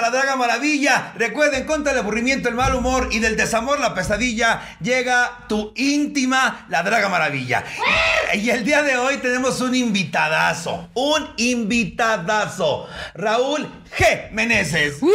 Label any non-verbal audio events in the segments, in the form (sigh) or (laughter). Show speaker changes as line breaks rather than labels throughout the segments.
la Draga Maravilla. Recuerden, contra el aburrimiento, el mal humor y del desamor, la pesadilla, llega tu íntima, la Draga Maravilla. Y el día de hoy tenemos un invitadazo, un invitadazo, Raúl G. Meneses.
¡Uh!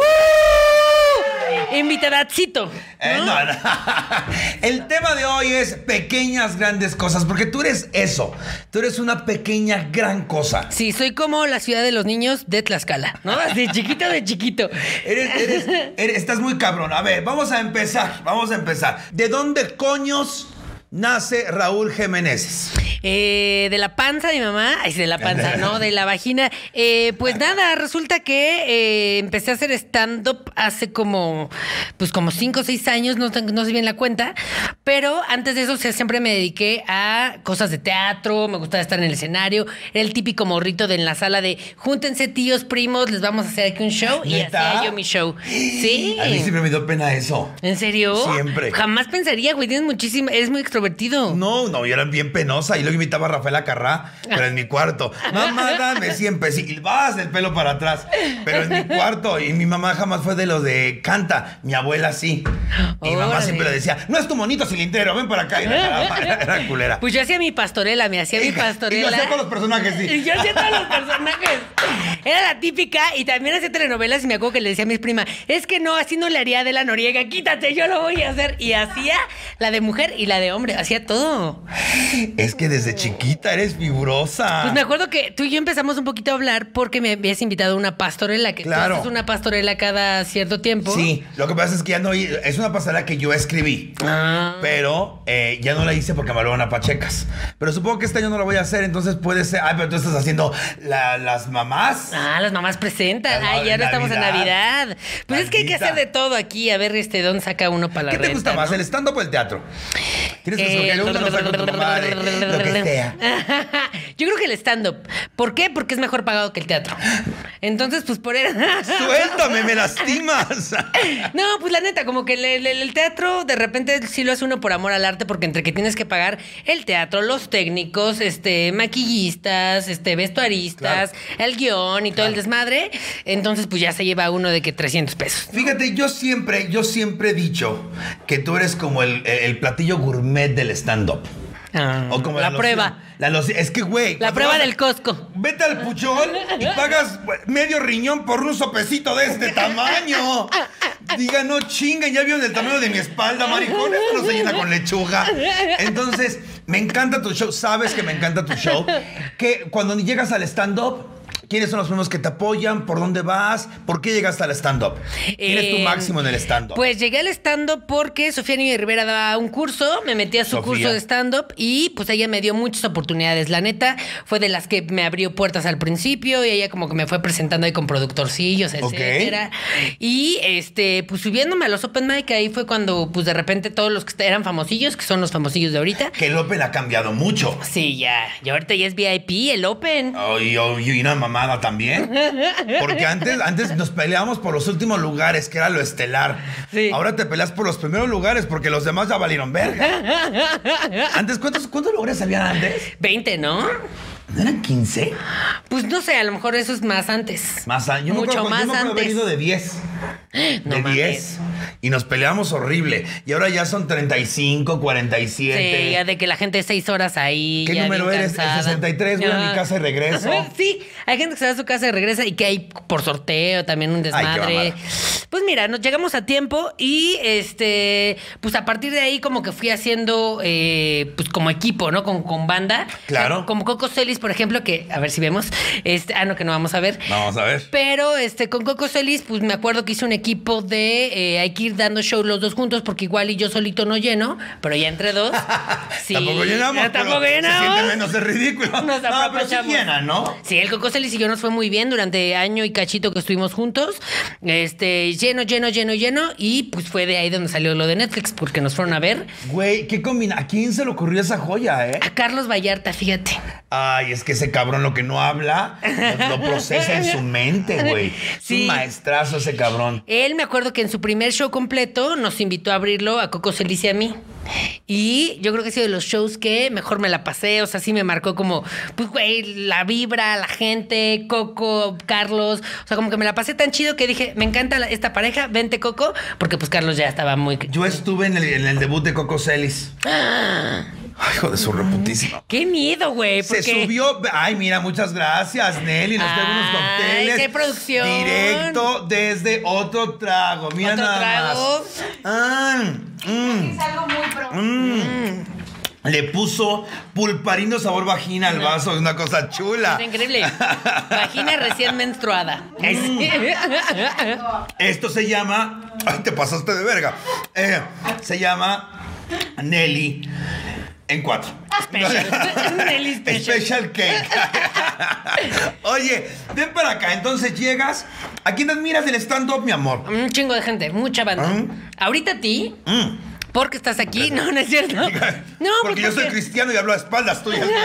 Invitadacito.
Eh, no, no. (laughs) El tema de hoy es pequeñas grandes cosas, porque tú eres eso. Tú eres una pequeña gran cosa.
Sí, soy como la ciudad de los niños de Tlaxcala, ¿no? De chiquito, de chiquito.
Eres,
(laughs)
eres, eres- estás muy cabrón. A ver, vamos a empezar. Vamos a empezar. ¿De dónde coños nace Raúl Jiménez?
Eh, de la panza de mi mamá, ay, de la panza, no, de la vagina. Eh, pues nada, resulta que eh, empecé a hacer stand-up hace como, pues como cinco o seis años, no, tengo- no sé bien la cuenta, pero antes de eso o sea, siempre me dediqué a cosas de teatro, me gustaba estar en el escenario, era el típico morrito de en la sala de júntense tíos, primos, les vamos a hacer aquí un show y
¿Neta?
hacía yo mi show. Sí.
A mí siempre me dio pena eso.
¿En serio?
Siempre.
Jamás pensaría, güey, tienes muchísimo, eres muy extrovertido.
No, no, yo era bien penosa y luego invitaba a Rafaela Carrá, pero en mi
(laughs)
cuarto. Mamá, dame 100 pesos. Y vas del pelo para atrás, pero en mi cuarto. Y mi mamá jamás fue de los de canta. Mi abuela sí. Mi mamá
Órale.
siempre le decía, no es tu monito cilindrero, ven para acá. Y era, (laughs) era culera.
Pues yo hacía mi pastorela, me hacía mi
Hija, (laughs)
pastorela.
Y lo hacía con los personajes,
Y
sí.
yo hacía todos los personajes. Era la típica y también hacía telenovelas y me acuerdo que le decía a mis primas, es que no, así no le haría de la Noriega, quítate, yo lo voy a hacer. Y hacía la de mujer y la de hombre, hacía todo.
Es que desde chiquita eres figurosa.
Pues me acuerdo que tú y yo empezamos un poquito a hablar porque me habías invitado a una pastorela, que
Claro.
tú haces una pastorela cada cierto tiempo.
Sí, lo que pasa es que ya no. Es una pasarela que yo escribí.
Ah.
Pero eh, ya no la hice porque me lo van a pachecas. Pero supongo que este año no la voy a hacer, entonces puede ser. Ay, pero tú estás haciendo la- las mamás.
Ah, las mamás presentan.
Las
Ay, ya no
mamás de
estamos en
Navidad.
Navidad. Pues es que hay que
Maldita.
hacer de todo aquí. A ver, este don saca uno para la
¿Qué te gusta
renta,
más,
¿no?
el stand-up o el teatro? Tienes que
Eh,
escoger uno, no sé, con
(laughs)
tu madre, lo que sea.
Yo creo que el stand-up. ¿Por qué? Porque es mejor pagado que el teatro. Entonces, pues por eso.
Suéltame, me lastimas.
(laughs) No, pues la neta, como que el, el- el teatro de repente sí lo hace uno por amor al arte, porque entre que tienes que pagar el teatro, los técnicos, este, maquillistas, este, vestuaristas, el guión y todo el desmadre, entonces pues ya se lleva uno de que 300 pesos.
Fíjate, yo siempre, yo siempre he dicho que tú eres como el, el platillo gourmet del stand-up.
Ah,
O como
la
loci-
prueba.
la loci- es que, güey.
La
cuando
prueba
vas a-
del Costco.
Vete al puchol y pagas medio riñón por un sopecito de este tamaño. Diga, no chingan, ya vieron el tamaño de mi espalda, maricón. Esto no se llena con lechuga. Entonces, me encanta tu show. Sabes que me encanta tu show. Que cuando llegas al stand-up, ¿quiénes son los primeros que te apoyan? ¿Por dónde vas? ¿Por qué llegaste al stand-up? ¿Quién es tu
Eh,
máximo en el stand-up?
Pues llegué al stand-up porque Sofía Niño Rivera daba un curso, me metí a su
Sofía.
curso de stand-up y pues ella me dio muchas oportunidades. La neta, fue de las que me abrió puertas al principio y ella como que me fue presentando ahí con productorcillos,
Ok.
etcétera. Y este, pues subiéndome a los open mic, ahí fue cuando pues de repente todos los que eran famosillos, que son los famosillos de ahorita.
que el Open ha cambiado mucho.
Sí, ya. Y ahorita ya es VIP, el Open.
Ay, ay, y una mamada también. Porque antes, antes nos peleábamos por los últimos lugares, que era lo estelar.
Sí.
Ahora te peleas por los primeros lugares, porque los demás ya valieron verga. Antes, ¿cuántos, cuántos lugares habían antes?
20, ¿no?
¿No eran 15?
Pues no sé, a lo mejor eso es más antes.
Más años.
Mucho
yo me
más
acuerdo haber
antes.
ido de 10.
No
de
mames.
10. Y nos peleamos horrible. Y ahora ya son 35, 47.
Sí, ya de que la gente es seis horas ahí.
¿Qué
ya
número
bien
eres? El
cansada.
63, voy a mi
Ajá.
casa y
(laughs)
regreso.
sí, hay gente que se va a su casa y regresa y que hay por sorteo también un desmadre.
mamada.
pues mira, nos llegamos a tiempo y este, pues a partir de ahí como que fui haciendo, eh, pues como equipo, ¿no? Con, con banda.
Claro.
Como Coco Celis, por ejemplo, que a ver si vemos. Este, ah, no, que no vamos a ver.
Vamos a ver.
Pero este, con Coco Celis, pues me acuerdo que hice un equipo de eh, hay que ir dando show los dos juntos, porque igual y yo solito no lleno, pero ya
(laughs)
entre dos. sí,
tampoco llenamos.
ya tampoco
pero Se siente
llenamos.
menos, es ridículo.
(laughs) Nos
no, pero sí
apapachamos.
llena, ¿no?
Sí, el Coco Celis y yo nos fue muy bien durante año y cachito que estuvimos juntos. Este, lleno, lleno, lleno, lleno. Y pues fue de ahí donde salió lo de Netflix, porque nos fueron a ver.
Güey, ¿qué combina? ¿A quién se le ocurrió esa joya, eh?
A Carlos Vallarta, fíjate.
Ay, es que ese cabrón lo que no habla lo lo procesa en su mente, güey. Es
Sí.
un maestrazo ese cabrón.
Él me acuerdo que en su primer show completo nos invitó a abrirlo a Coco Celis y a mí. Y yo creo que ha sido de los shows que mejor me la pasé. O sea, sí me marcó como, pues, güey, la vibra, la gente, Coco, Carlos. O sea, como que me la pasé tan chido que dije, me encanta la- esta pareja, vente, Coco. Porque, pues, Carlos ya estaba muy.
Yo estuve en el, en el debut de Coco Celis.
Ah.
Ay, hijo de su reputísima.
¡Qué miedo, güey!
Se
porque-
subió. Ay, mira, muchas gracias, Nelly. Nos tengo unos
Ay,
cócteles.
qué producción.
Directo desde otro trago. Mira
Otro
nada
trago.
más. Ah, mm,
Es algo muy pro.
le puso pulparindo sabor vagina al vaso. Es una cosa chula.
Está increíble. Vagina recién menstruada. (laughs) Ay, sí.
Esto se llama. Ay, te pasaste de verga. Eh, se llama Nelly en cuatro. (laughs)
Special. Nelly special.
Special cake.
(laughs)
Oye, ven para acá. Entonces llegas. ¿A quién admiras del stand-up, mi amor?
Un chingo de gente, mucha banda.
¿Mm?
Ahorita a ti,
Mm.
porque estás aquí, no, no es cierto. No,
(laughs) porque
pues,
yo soy cristiano y hablo a espaldas tuyas.
(laughs)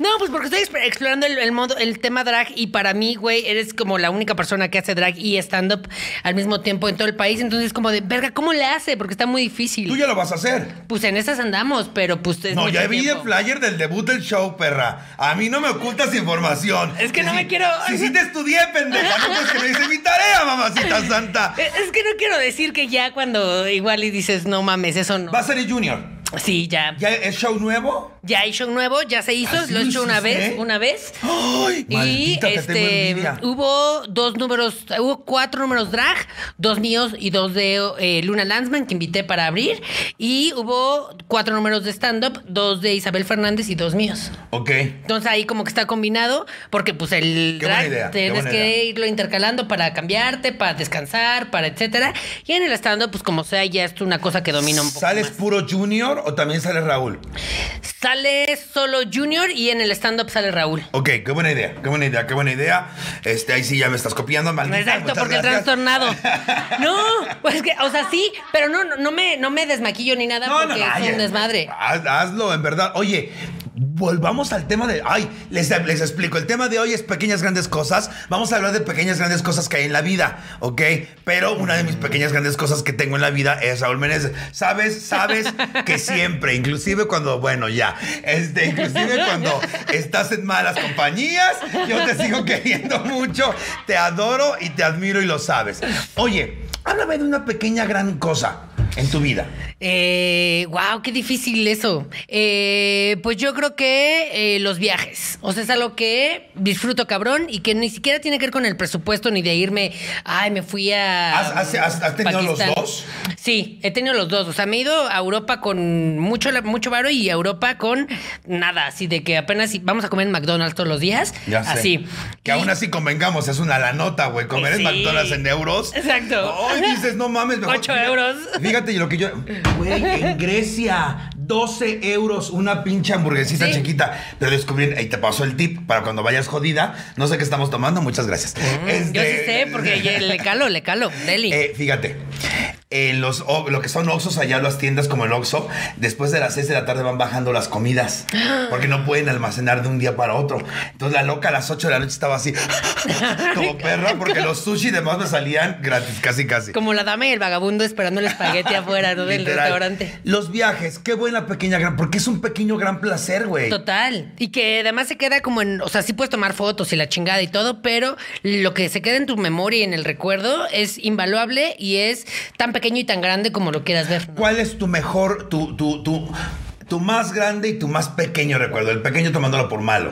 No, pues porque estoy exp- explorando el, el modo, el tema drag y para mí, güey, eres como la única persona que hace drag y stand-up al mismo tiempo en todo el país. Entonces, como de, verga, ¿cómo le hace? Porque está muy difícil.
Tú ya lo vas a hacer.
Pues en esas andamos, pero pues... es
no,
mucho
ya vi el
tiempo.
flyer del debut del show, perra. A mí no me ocultas información.
Es que no
Sí,
me quiero-
Sí, sí te estudié, pendeja. No crees que me hice mi tarea, mamacita
(laughs)
santa.
Eh, Es que no quiero decir que ya cuando igual y dices, no mames, eso no.
Va a ser el Junior.
Sí, ya.
¿Ya es show nuevo?
Ya hay show nuevo, ya se hizo,
¿Ah, sí
lo he
lo
hecho una
hiciste?
vez, una vez.
¡Ay!
Y
maldita, te tengo
este
envidia.
hubo dos números, hubo cuatro números drag, dos míos y dos de eh, Luna Landsman que invité para abrir. Y hubo cuatro números de stand-up, dos de Isabel Fernández y dos míos.
Ok.
Entonces ahí como que está combinado, porque pues el
Qué
drag
buena idea, qué
tienes
buena
que
idea.
irlo intercalando para cambiarte, para descansar, para etcétera. Y en el stand-up, pues como sea, ya es una cosa que domina un poco.
¿Sales
más.
puro Junior o también sale Raúl?
Sale solo Junior y en el stand-up sale Raúl.
Ok, qué buena idea, qué buena idea, qué buena idea. Este, ahí sí ya me estás copiando, maldita.
Exacto,
muchas
porque el
gracias.
trastornado.
(laughs)
No, pues que, o sea, sí, pero no, no, no me, no me desmaquillo ni nada
No, no,
porque
no,
es
ay,
un desmadre.
haz- hazlo, en verdad. Oye, volvamos al tema de. Ay, les, les explico. El tema de hoy es pequeñas grandes cosas. Vamos a hablar de pequeñas grandes cosas que hay en la vida, ¿ok? Pero una de mis pequeñas grandes cosas que tengo en la vida es Raúl Meneses. Sabes, sabes
(laughs)
que siempre, inclusive cuando, bueno, ya, este, inclusive cuando estás en malas compañías, yo te sigo (laughs) queriendo mucho, te adoro y te admiro y lo sabes. Oye, háblame de una pequeña gran cosa en tu vida.
Eh, wow, qué difícil eso. Eh, pues yo creo que eh, los viajes. O sea, es algo que disfruto cabrón y que ni siquiera tiene que ver con el presupuesto ni de irme. Ay, me fui a.
¿Has- has- has- has tenido los dos?
Sí, he tenido los dos. O sea, me he ido a Europa con mucho, la- mucho varo y a Europa con nada. Así de que apenas si- vamos a comer en McDonald's todos los días.
Ya sé.
Así.
Que
Y-
aún así convengamos, es una la nota, güey. Comer
Sí.
en McDonald's en euros.
Exacto.
Hoy dices, no mames, mejor.
Ocho
Mira,
euros.
Fíjate lo que yo. Güey, en Grecia, 12 euros una pinche hamburguesita
Sí.
chiquita. Pero descubrí, ahí te paso el tip para cuando vayas jodida. No sé qué estamos tomando, muchas gracias. Este-
Mm, Yo sí sé, porque
(laughs)
ya le calo, le calo. Deli.
Eh, fíjate, en los, o- lo que son Oxxos allá, las tiendas como el Oxxo, después de las 6 de la tarde van bajando las
(gasps)
comidas, porque no pueden almacenar de un día para otro. Entonces la loca a las 8 de la noche estaba así, (laughs)
(laughs)
como perra, porque los sushi y demás me salían gratis, casi casi.
Como la dama y el vagabundo esperando
(laughs)
el espagueti afuera, ¿no? Del
Literal.
restaurante.
Los viajes, qué buena pequeña gran, porque es un pequeño gran placer, güey.
Total. Y que además se queda como en. O sea, sí puedes tomar fotos y la chingada y todo, pero lo que se queda en tu memoria y en el recuerdo es invaluable y es tan pequeño y tan grande como lo quieras ver. ¿no?
¿Cuál es tu mejor, tu, tu, tu, tu más grande y tu más pequeño recuerdo? El pequeño tomándolo por malo.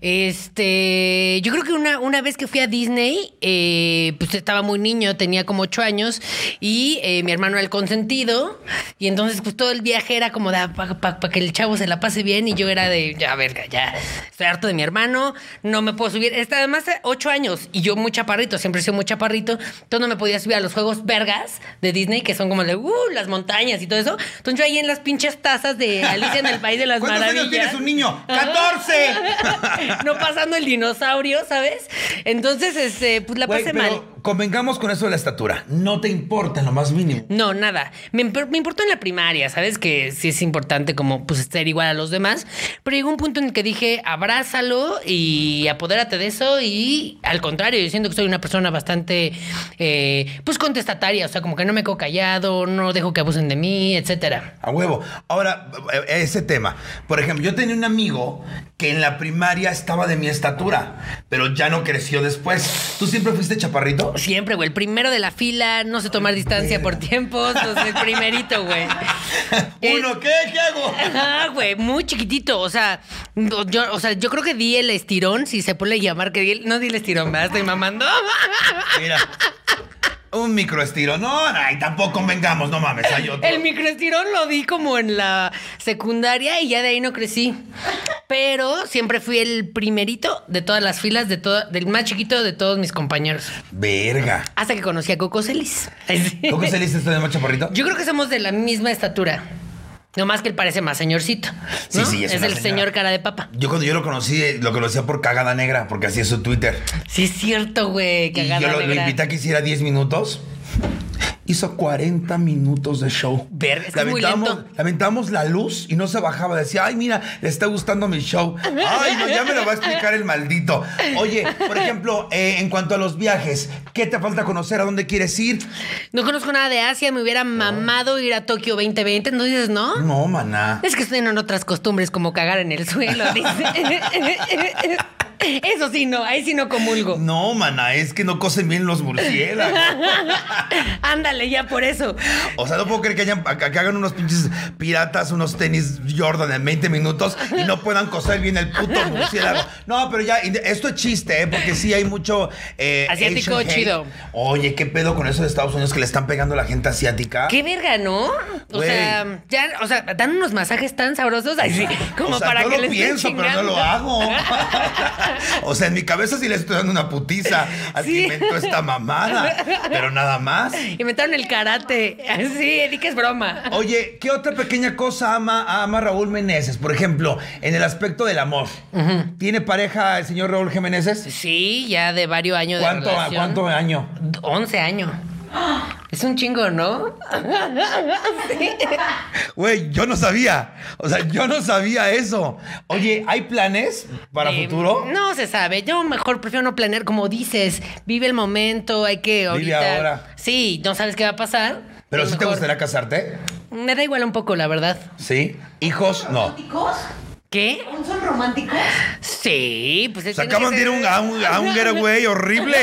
Este, yo creo que una, una vez que fui a Disney, eh, pues estaba muy niño, tenía como ocho años, y eh, mi hermano era el consentido, y entonces pues todo el viaje era como ah, para que el chavo se la pase bien, y yo era de, ya verga, ya, estoy harto de mi hermano, no me puedo subir. Está además eh, ocho años, y yo muy chaparrito, siempre he sido muy chaparrito, entonces no me podía subir a los juegos vergas de Disney, que son como de, uh, las montañas y todo eso. Entonces yo ahí en las pinches tazas de Alicia en el País de las
¿Cuántos
Maravillas. Ah.
años tienes un niño? ¡14!
(laughs) no pasando el dinosaurio, ¿sabes? Entonces, este, pues la
Güey,
pasé
pero
mal.
convengamos con eso de la estatura. No te importa en lo más mínimo.
No, nada. Me, imp- me importó en la primaria, ¿sabes? Que sí es importante como pues ser igual a los demás. Pero llegó un punto en el que dije, abrázalo y apodérate de eso. Y al contrario, yo siento que soy una persona bastante, eh, pues contestataria. O sea, como que no me quedo callado, no dejo que abusen de mí, etcétera.
A huevo. Ahora, eh, ese tema. Por ejemplo, yo tenía un amigo que en la primaria estaba de mi estatura, pero ya no creció después. ¿Tú siempre fuiste
(laughs)
chaparrito?
Siempre, güey. El primero de la fila, no sé tomar distancia por tiempos. O sea, el
(laughs)
primerito, güey. Eh,
¿Uno qué? ¿Qué
(laughs)
hago?
Ah, güey, muy chiquitito. O sea, no, yo, o sea, yo creo que di el estirón, si se puede llamar que di el- no di el estirón, ¿verdad? Estoy mamando. (laughs)
Mira. Un microestiro. No, ay, tampoco vengamos, no mames, hay otro.
El microestirón lo di como en la secundaria y ya de ahí no crecí. Pero siempre fui el primerito de todas las filas, de todo, del más chiquito de todos mis compañeros.
Verga.
Hasta que conocí a Coco Celis.
¿Tú qué saliste esto de más chaparrito?
(laughs) Yo creo que somos de la misma estatura. No más que él parece más señorcito.
Sí,
¿no?
sí, es
Es
una
el
señora.
señor cara de papa.
Yo cuando yo lo conocí, eh, lo conocía por cagada negra, porque así es su Twitter.
Sí, es cierto, güey.
Y
cagada
yo lo, lo
negra.
invité a que hiciera 10 minutos. Hizo 40 minutos de show.
Verga, es que es muy
lamentamos,
lento.
lamentamos la luz y no se bajaba. Decía, ay, mira, le está gustando mi show. Ay, no, ya me lo va a explicar el maldito. Oye, por ejemplo, eh, en cuanto a los viajes, ¿qué te falta conocer? ¿A dónde quieres ir?
No conozco nada de Asia, me
Ah.
hubiera mamado ir a Tokio 2020, entonces dices, ¿no?
No, maná.
¿Ah? Es que tienen otras costumbres como cagar en
(laughs)
el suelo, dice. Eso sí, no, ahí sí no comulgo.
No, maná, es que no cocen bien los murciélagos.
Ándale, ya por eso.
O sea, no puedo creer que, hayan- que- que hagan unos pinches piratas, unos tenis Jordan en 20 minutos y no puedan coser bien el puto murciélago. No, pero ya, inde- esto es chiste, ¿eh? porque sí hay mucho. eh,
Asiático
Asian hate.
chido.
Oye, ¿qué pedo con eso de Estados Unidos que le están pegando a la gente asiática?
Qué verga, ¿no? O
Ah. Güey.
sea, ya, o sea, dan unos masajes tan
(laughs)
sabrosos así, como
o sea,
para
yo
que
lo
les
pienso, pero no lo hago. o sea, en mi cabeza sí le estoy dando una putiza al
Sí.
que inventó esta mamada, pero nada más.
Inventaron el karate. Así, Eddie, que es broma.
Oye, ¿qué otra pequeña cosa ama, ama Raúl Meneses? Por ejemplo, en el aspecto del amor. ¿Tiene pareja el señor Raúl Jiménez?
Sí, ya de varios años
¿Cuánto,
de relación.
¿Cuánto año?
11 años. Es un chingo, ¿no?
Güey, yo no sabía. O sea, yo no sabía eso. Oye, ¿hay planes para
Eh,
futuro?
No se sabe. Yo mejor prefiero no planear, como dices, vive el momento, hay que ahorita.
ahora.
Sí, no sabes qué va a pasar.
¿Pero
Es
sí te
mejor-
gustaría casarte?
Me da igual un poco, la verdad.
¿Sí? ¿Hijos? No.
¿Románticos?
¿Qué?
¿Aún son románticos?
Sí, pues él
Se
tiene
acaban
que
de ir a
ser-
un, a un, a un getaway horrible.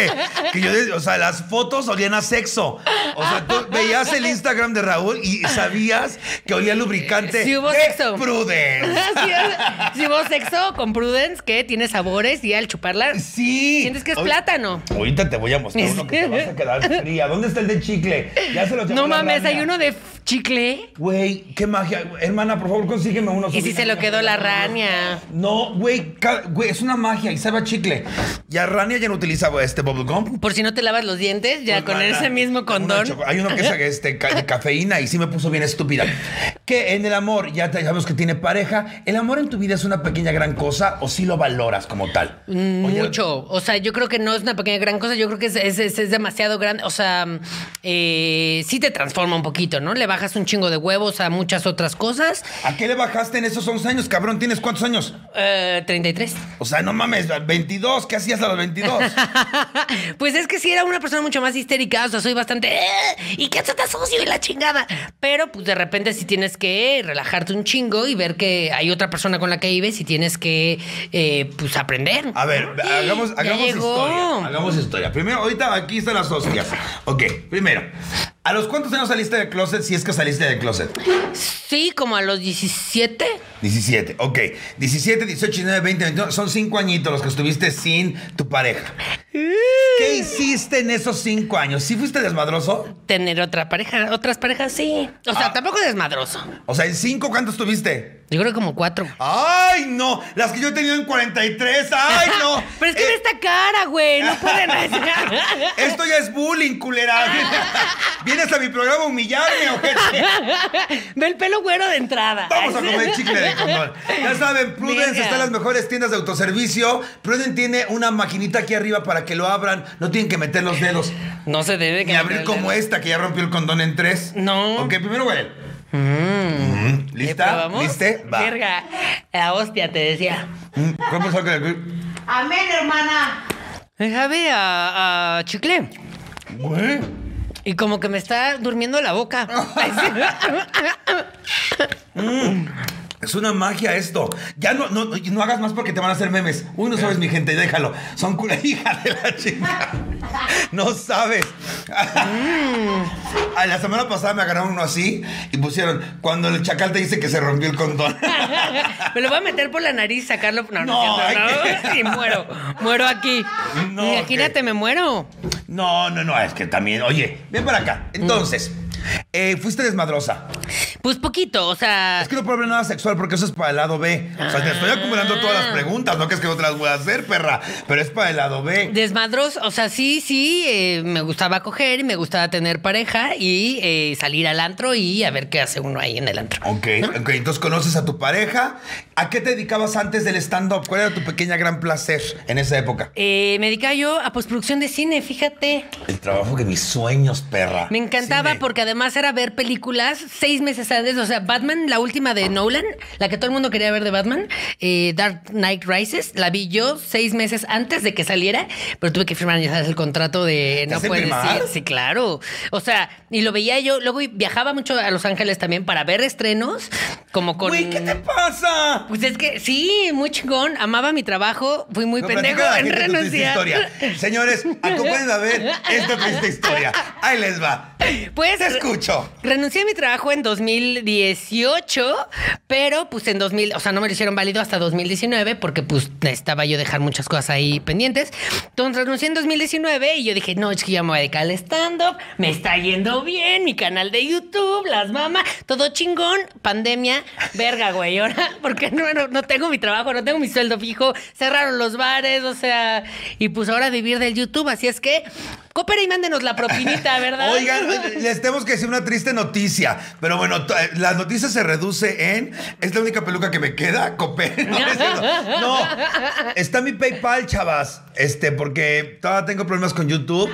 Que yo, de- o sea, las fotos olían a sexo. O sea, tú veías el Instagram de Raúl y sabías que olía lubricante.
Sí hubo
de
sexo.
Prudence.
(laughs) Sí, Si vos sexo con Prudence, que tiene sabores y al chuparla
Sí.
sientes que es
Ahor-
plátano.
Ahorita te voy a mostrar uno que te vas a quedar
(laughs)
fría. ¿Dónde está el de chicle? Ya se lo llevó
No
la
mames,
araña.
hay uno de f- chicle.
Güey, qué magia. Hermana, por favor, consígueme uno.
Y si
sobrina,
se lo
mía.
quedó la rania.
No, güey, ca- güey, es una magia y sabe a chicle. Ya Rania ya no utiliza este bubblegum.
Por si no te lavas los dientes, ya
Pues,
con
mana,
ese mismo
tengo uno de
condón.
choco- Hay uno que es este, ca- de cafeína y sí me puso bien estúpida. Que en el amor, ya te- sabemos que tiene pareja. ¿El amor en tu vida es una pequeña gran cosa o sí lo valoras como tal? Oye,
Mm, Mucho. O sea, yo creo que no es una pequeña gran cosa. Yo creo que es, es- es- es demasiado grande. O sea, mm, eh, sí te transforma un poquito, ¿no? Le bajas un chingo de huevos a muchas otras cosas.
¿A qué le bajaste en esos 11 años, cabrón? ¿Tienes cuántos años?
Eh, 33.
O sea, no mames, 22, ¿qué hacías a los 22?
Pues es que sí era una persona mucho más histérica. O sea, soy bastante. "Eh, ¿Y qué haces? Estás sucio y la chingada? Pero pues de repente sí tienes que relajarte un chingo y ver que hay otra persona con la que vives y tienes que, eh, pues, aprender.
A ver, hagamos,
(laughs) Ya
hagamos
llegó.
historia. Hagamos historia. Primero, ahorita aquí están las hostias. Ok, primero. ¿A los cuántos años saliste del closet si es que saliste del closet?
Sí, como a los 17.
17, ok. 17, 18, 19, 20, 21. Son cinco añitos los que estuviste sin tu pareja. ¿Qué hiciste en esos cinco años? ¿Sí fuiste desmadroso?
Tener otra pareja, otras parejas, sí. O sea,
Ah.
tampoco desmadroso.
O sea, ¿en cinco cuántos tuviste?
Yo creo que como cuatro.
¡Ay, no! Las que yo he tenido en 43.
(laughs)
¡Ay, no!
Pero es que
Eh,
ve esta cara, güey. No pueden.
Esto ya es bullying, culera. ¿Vienes a mi programa a humillarme o qué?
(laughs) ve el pelo puro güero de entrada.
Vamos a
(laughs)
comer chicle de condón. Ya saben, Prudence
Venga.
está en las mejores tiendas de autoservicio. Prudence tiene una maquinita aquí arriba para que lo abran. No tienen que meter los dedos.
No se debe que
Ni
me
abrir
duele.
como esta que ya rompió el condón en tres.
No. Mm-hmm.
Ok, primero huele. Mm,
¿Le
¿Lista?
probamos?
¿Liste? Va.
Verga. La hostia te decía.
Mm, ¿Cómo saca el-
Amén, hermana.
Déjame a, a chicle.
Güey.
Y como que me está durmiendo
(laughs)
la boca. (laughs) Ay, sí.
Es una magia esto. Ya no, no, no hagas más porque te van a hacer memes. Uy, no sabes, mi gente, déjalo. Son cura (laughs) hija de la chica. No sabes.
Mm.
(laughs) A la semana pasada me agarraron uno así y pusieron cuando el chacal te dice que se rompió el
(laughs)
condón.
Me lo voy a meter por la nariz, sacarlo. No, no,
No,
es cierto,
hay
¿no?
que-
Y muero. Muero aquí.
No,
Imagínate,
¿qué?
me muero.
No, no, no, es que también. Oye, ven para acá. Entonces, eh, fuiste desmadrosa.
Pues poquito, o sea.
Es que no puedo hablar nada sexual porque eso es para el lado B. O sea, te
Ah.
estoy acumulando todas las preguntas. No que es que no te las voy a hacer, perra. Pero es para el lado B.
Desmadros, o sea, sí, sí, eh, me gustaba coger y me gustaba tener pareja y eh, salir al antro y a ver qué hace uno ahí en el antro.
Ok, ok, entonces conoces a tu pareja. ¿A qué te dedicabas antes del stand-up? ¿Cuál era tu pequeña gran placer en esa época?
Eh, me dedicaba yo a postproducción de cine, fíjate.
El trabajo que mis sueños, perra.
Me encantaba
Cine.
porque además era ver películas seis meses antes. O sea, Batman, la última de Nolan, la que todo el mundo quería ver de Batman, eh, Dark Knight Rises, la vi yo seis meses antes de que saliera, pero tuve que firmar ya sabes, el contrato de no
hacen
puedes
firmar?
ir. Sí, claro. O sea, y lo veía yo. Luego viajaba mucho a Los Ángeles también para ver estrenos, como con.
Güey, ¿qué te pasa?
Pues es que sí, muy chingón. Amaba mi trabajo. Fui muy
No,
pendejo
platica a la
en
gente tu triste
renunciar.
historia.
(laughs)
Señores, acompáñenme a ver esta triste historia. Ahí les va.
Pues
Te escucho.
Renuncié a mi trabajo en 2018, pero pues en 2000, o sea, no me lo hicieron válido hasta 2019 porque pues necesitaba yo dejar muchas cosas ahí pendientes. Entonces renuncié en 2019 y yo dije, no, es que ya me voy a dedicar al stand-up, me está yendo bien, mi canal de YouTube, las mamas, todo chingón, pandemia, verga, güey, ahora, (laughs) porque no, no, no tengo mi trabajo, no tengo mi sueldo fijo, cerraron los bares, o sea, y pues ahora vivir del YouTube, así es que... Coopera y mándenos la propinita, ¿verdad? (laughs)
Oigan, les tenemos que decir una triste noticia. Pero bueno, t- la noticia se reduce en. Es la única peluca que me queda, copé. (laughs) No, es cierto. No, está mi PayPal, chavas. Este, porque todavía tengo problemas con YouTube.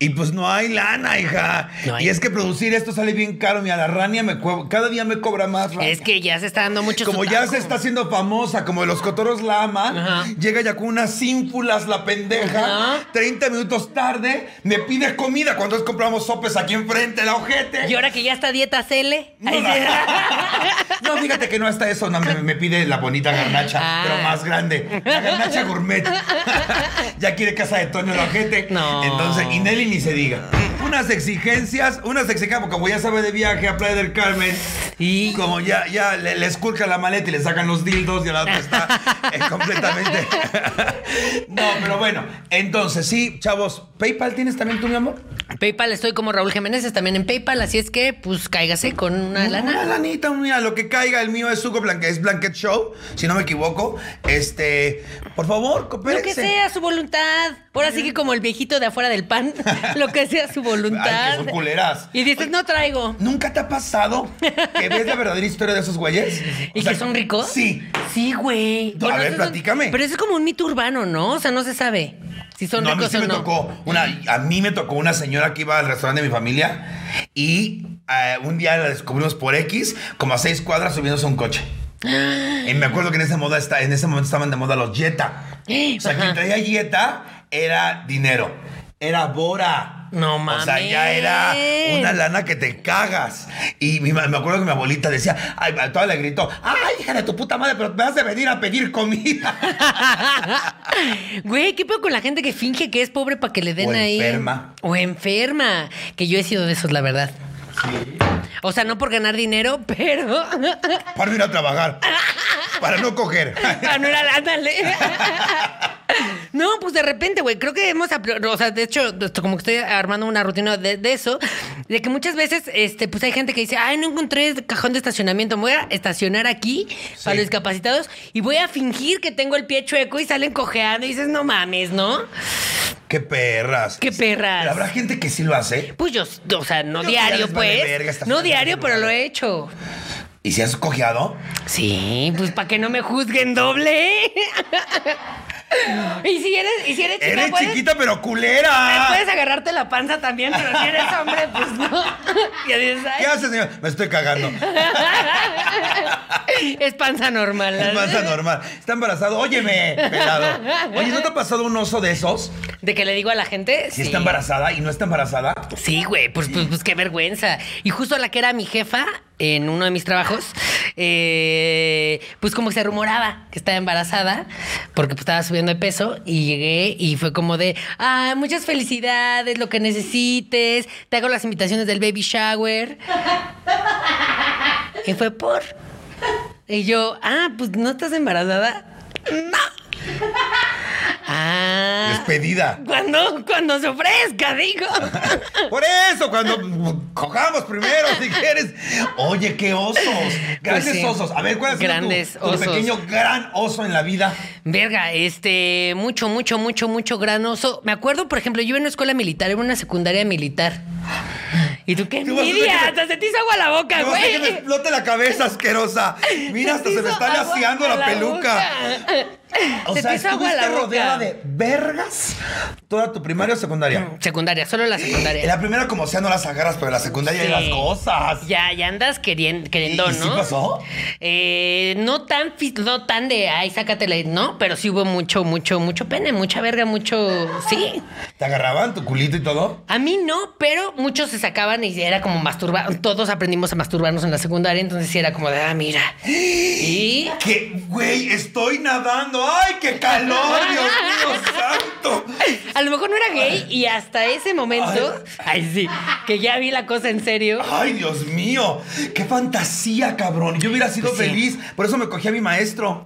Y pues no hay lana, hija.
No hay.
Y es que producir esto sale bien caro. Mira, la rania me cue- cada día me cobra más. Rania.
Es que ya se está dando mucho
Como
su
ya
taco.
se está haciendo famosa, como los cotoros la aman,
Ajá.
llega ya con unas ínfulas la pendeja,
Ajá.
30 minutos tarde, me pide comida cuando es compramos sopes aquí enfrente, la ojete.
Y ahora que ya está dieta Cele.
No,
ahí
no.
se-
(laughs) No, fíjate que no hasta eso, no, me, me pide la bonita garnacha,
Ah.
pero más grande. La garnacha gourmet. (laughs) ya quiere casa de Toño la ojete.
No.
Entonces, y Nelly ni se diga. Unas exigencias, unas exigencias, porque como ya sabe de viaje a Playa del Carmen,
(laughs) Y-
como ya, ya le, le esculca la maleta y le sacan los dildos y la otra está
(laughs)
eh, completamente. (laughs) no, pero bueno, entonces sí, chavos, ¿PayPal tienes también tú, mi amor?
PayPal, estoy como Raúl Jiménez, también en PayPal, así es que pues cáigase con una
Una
lana.
lanita, mira, lo que caiga, el mío es Suco Blanquet, es Blanket Show, si no me equivoco. Este, por favor,
Lo que
coopérense.
sea su voluntad. Ahora sí que como el viejito de afuera del
(laughs)
pan, (laughs) lo que sea su
Ay, que
voluntad.
son culeras.
Y dices, no traigo.
¿Nunca te ha pasado que ves la verdadera historia de esos güeyes?
(laughs) ¿Y
O sea,
que son ricos?
Sí.
Sí, güey.
A ver,
eso es un-
platícame.
Pero eso es como un mito urbano, ¿no? O sea, no se sabe si son
No, a mí
ricos
sí
o
me
no. (gasps)
tocó una, a mí me tocó una señora que iba al restaurante de mi familia y eh, un día la descubrimos por X, como a seis cuadras subiéndose a un coche. Y me acuerdo que en esa moda está, en ese momento estaban de moda los Jetta. O sea, quien traía Jetta era dinero, era Bora.
No
O sea, ya era
mames.
una lana que te cagas. Y mi ma- me acuerdo que mi abuelita decía, ay, a toda le gritó, ay, hija de tu puta madre, pero te vas a venir a pedir comida.
(laughs) Güey, ¿qué pedo con la gente que finge que es pobre para que le den
O
ahí?
enferma.
O enferma. Que yo he sido de esos, la verdad. O sea, no por ganar dinero, (laughs) pero.
Para no ir a trabajar. Para no
(laughs)
coger.
Ah, no, era- ándale. (laughs) No, pues de repente, güey, creo que hemos, apl- o sea, de hecho, esto, como que estoy armando una rutina de, de eso, de que muchas veces, este, pues hay gente que dice, ay, no encontré el cajón de estacionamiento, me voy a estacionar aquí para
Sí.
los discapacitados y voy a fingir que tengo el pie chueco y salen cojeando y dices, no mames, ¿no?
Qué perras.
Qué perras.
Pero habrá gente que sí lo hace.
Pues yo, o sea, no
Yo creo que ya
diario,
les vale
pues.
verga
no
estacionar en
diario,
cualquier
pero lo
lugar.
he hecho.
¿Y si has cojeado?
Sí, pues para que no me
(laughs)
juzguen doble. y si eres, y si eres chica,
Eres
puedes-
chiquita, pero
Puedes
culera.
agarrarte la panza también, pero si eres hombre, pues no. (laughs) Ya dices, "Ay,
¿Qué haces, señor? Me estoy cagando.
es panza normal.
Es más normal. Está embarazado. Óyeme, pelado. Oye, ¿no te ha pasado un oso de esos?
De que le digo a la gente.
Si está embarazada y no está embarazada.
Sí, güey, pues, pues, pues, qué vergüenza. Y justo la que era mi jefa en uno de mis trabajos, eh, pues como que se rumoraba que estaba embarazada porque pues, estaba subiendo de peso y llegué y fue como de, ah, muchas felicidades, lo que necesites, te hago las invitaciones del baby shower. Y fue por. Y yo, ah, pues no estás embarazada. No. Ah.
Despedida.
Cuando, cuando se ofrezca, digo.
Por eso, cuando cojamos primero, si quieres. Oye, qué osos. Grandes
Pues sí.
osos. A ver, ¿cuál es
Grandes
tu,
osos.
pequeño gran oso en la vida?
Verga, este, mucho, mucho, mucho, mucho granoso. Me acuerdo, por ejemplo, yo iba en una escuela militar, iba en una secundaria militar. ¿Y tú qué
Tú vas a tener
envidia?
que-
Hasta se te hizo agua la boca,
No sé que me
güey.
explote la cabeza asquerosa. Mira, hasta se me
hizo
está
agua
laseando la,
la
peluca.
boca.
O
Se
sea,
te hizo agua
estuviste
la boca.
rodeada de vergas toda tu primaria o secundaria.
Secundaria, solo la
En
secundaria.
la primera, como sea, no las agarras, pero en la secundaria hay
Sí.
las cosas.
Ya, ya andas querien- queriendo,
¿Y- y
¿no?
sí pasó?
Eh, no tan, fi- no tan de, ay, sácatela, no, pero sí hubo mucho, mucho, mucho pene, mucha verga, mucho, sí.
¿Te agarraban tu culito y todo?
A mí no, pero muchos se sacaban y era como masturbar. Todos aprendimos a masturbarnos en la secundaria, entonces sí era como de, ah, mira. Y
Que, güey, estoy nadando. ¡Ay, qué calor! ¡Dios mío santo!
a lo mejor no era gay y hasta ese momento, ay sí, que ya vi la cosa en serio.
¡Ay, Dios mío! ¡Qué fantasía, cabrón! Yo hubiera sido
Pues sí.
feliz. Por eso me cogí a mi maestro.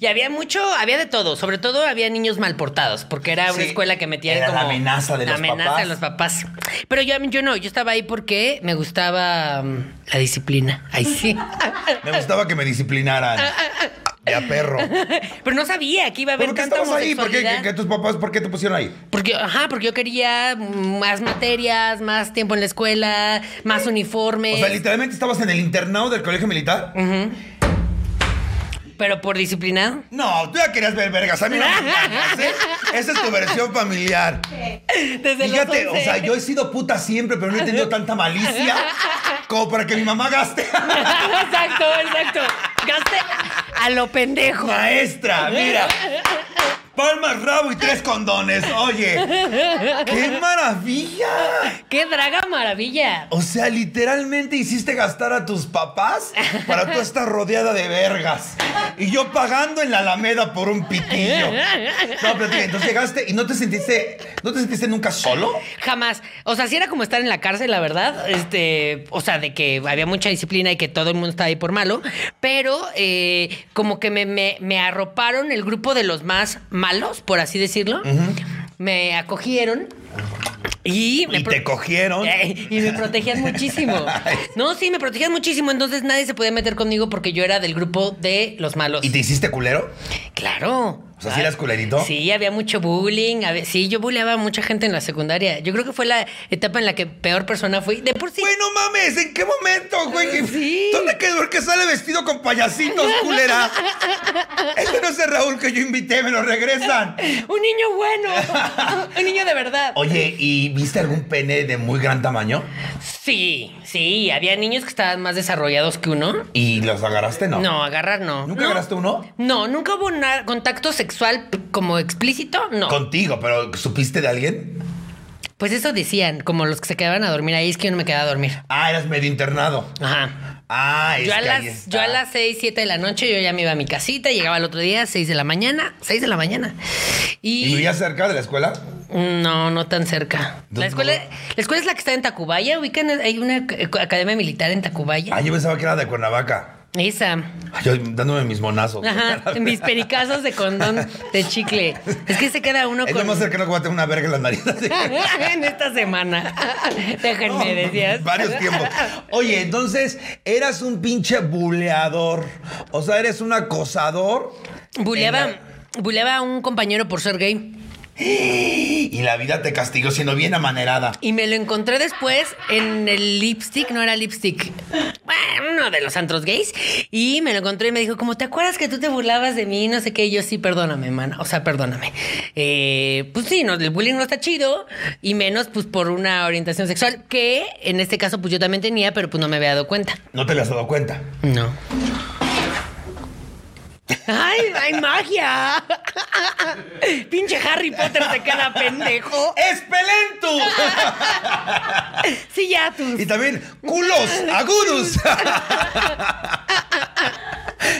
y había mucho, había de todo, sobre todo había niños mal portados, porque era una
Sí,
escuela que metía
era
como
la amenaza de
la
los
amenaza
papás.
de los papás. Pero yo, yo no, yo estaba ahí porque me gustaba mm, la disciplina. Ay sí. (laughs)
Me gustaba que me disciplinaran.
Ah,
Ya, perro.
(laughs) pero no sabía que iba a haber
¿Por qué
tanta
estabas ahí? ¿Por qué,
homosexualidad.
qué- qué tus papás, por qué te pusieron ahí?
Porque, ajá, porque yo quería más materias, más tiempo en la escuela, más uniformes.
O sea, literalmente estabas en el internado del colegio militar.
Mm. pero por disciplinado.
No, tú ya querías ver vergas. A mí no me engañas,
(laughs)
¿eh? Esa es tu versión familiar.
Desde los
Fíjate, o
11.
sea, yo he sido puta siempre, pero no he tenido tanta malicia como para que mi mamá gaste.
(laughs) exacto, exacto. Gasté a lo pendejo.
Maestra, mira. Palmas, rabo y tres condones. Oye, qué maravilla.
¡Qué draga maravilla!
O sea, literalmente hiciste gastar a tus papás para tú estar rodeada de vergas. Y yo pagando en la Alameda por un pitillo. No, pero tía, entonces llegaste y no te sentiste, no te sentiste nunca solo.
Jamás. O sea, sí era como estar en la cárcel, la verdad. Este, o sea, de que había mucha disciplina y que todo el mundo estaba ahí por malo. Pero eh, como que me, me- me arroparon el grupo de los más malos, por así decirlo. Me acogieron. Y, me
Y
pro-
te cogieron.
Eh, Y me
(laughs)
protegían muchísimo. No, sí, me protegían muchísimo. Entonces nadie se podía meter conmigo porque yo era del grupo de los malos.
¿Y te hiciste culero?
Claro.
O sea, ¿sí eras culerito?
Sí, había mucho bullying. había- Sí, yo bulleaba a mucha gente en la secundaria. Yo creo que fue la etapa en la que peor persona fui. De por sí. Ah,
Güey, no mames, ¿en qué momento, güey?
Sí.
¿Dónde quedó el que sale vestido con payasitos, culera? Este no es el Raúl que yo invité, me lo regresan.
Un niño bueno.
(laughs)
un niño de verdad.
Oye, ¿y viste algún pene de muy gran tamaño?
Sí, sí. Había niños que estaban más desarrollados que uno.
¿Y los agarraste, no?
No, agarrar no.
¿Nunca
No.
agarraste uno?
No, nunca hubo na- contacto sexual p- como explícito, no.
Contigo, pero ¿supiste de alguien?
Pues eso decían, como los que se quedaban a dormir ahí, es que yo no me quedaba a dormir.
Ah, eras medio internado.
Ajá.
Ah, es
Yo a,
que ahí
las,
está.
yo a las 6, 7 de la noche, yo ya me iba a mi casita, llegaba el otro día, 6 de la mañana, 6 de la mañana.
¿Y
Y,
vivías cerca de la escuela?
no, no tan cerca.
¿Dónde?
La escuela, la escuela es la que está en Tacubaya, ubican, hay una eh, academia militar en Tacubaya.
Ah, yo pensaba que era de Cuernavaca.
Esa.
Ay, Yo dándome mis monazos. (laughs)
Ajá. Mis pericazos de condón de chicle. Es que se queda uno
Es lo
con. Ah,
más
(laughs)
cercano que voy a tener una verga en las narices.
en
(laughs)
esta semana. Déjenme,
No,
decías.
Varios tiempos. Oye, entonces, eras un pinche buleador. O sea, eres un acosador.
Buleaba,
En la-
buleaba a un compañero por ser gay.
Y la vida te castigó siendo bien amanerada.
Y me lo encontré después en el lipstick, no era lipstick, bueno, uno de los antros gays. Y me lo encontré y me dijo, como, ¿te acuerdas que tú te burlabas de mí? No sé qué. Y yo, sí, perdóname, man. O sea, perdóname. Eh, pues sí, no, el bullying no está chido. Y menos, pues, por una orientación sexual que, en este caso, pues yo también tenía, pero pues no me había dado cuenta.
No te lo has dado cuenta.
No. ¡Ay, hay magia! Pinche Harry Potter te queda pendejo.
¡Espelentu!
Sí, ya tú.
Y también culos agudos. (laughs)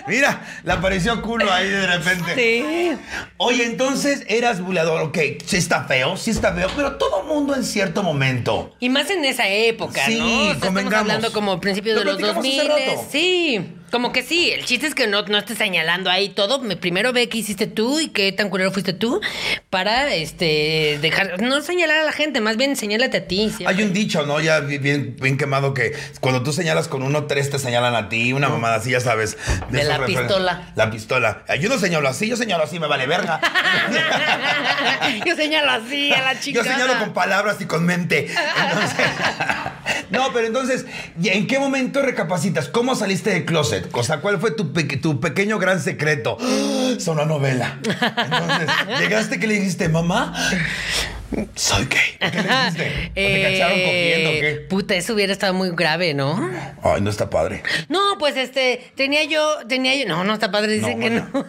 Mira, le apareció culo ahí de repente.
Sí.
Oye, entonces eras buleador. Ok, sí está feo, sí está feo, pero todo mundo en cierto momento.
Y más en esa época,
Sí,
¿no? Estamos
convengamos.
hablando como principios
Lo
de los
platicamos
2000.
hace rato.
Sí. Como que sí, el chiste es que no, no estés señalando ahí todo. Me- Primero ve qué hiciste tú y qué tan culero fuiste tú para este dejar. No señalar a la gente, más bien señálate a ti. siempre.
Hay un dicho, ¿no? Ya bi- bien, bien quemado que cuando tú señalas con uno, tres te señalan a ti. Una mamada así, ya sabes.
De
esos
la
referen-
pistola.
La pistola. Yo no señalo así, yo señalo así, me vale verga.
(laughs) Yo señalo así a la chica.
Yo señalo con palabras y con mente. Entonces, (laughs) no, pero entonces, ¿y ¿en qué momento recapacitas? ¿Cómo saliste del closet? O sea, ¿cuál fue tu, peque- tu pequeño gran secreto? (gasps) Sonó novela. Entonces, llegaste que le dijiste, mamá, soy gay. ¿Qué le dijiste? ¿O te
Eh,
cacharon cogiendo o qué?
Puta, eso hubiera estado muy grave, ¿no?
Ay, no está padre.
No, pues este, tenía yo, tenía yo. No, no está padre,
No,
dicen que
mana.
no.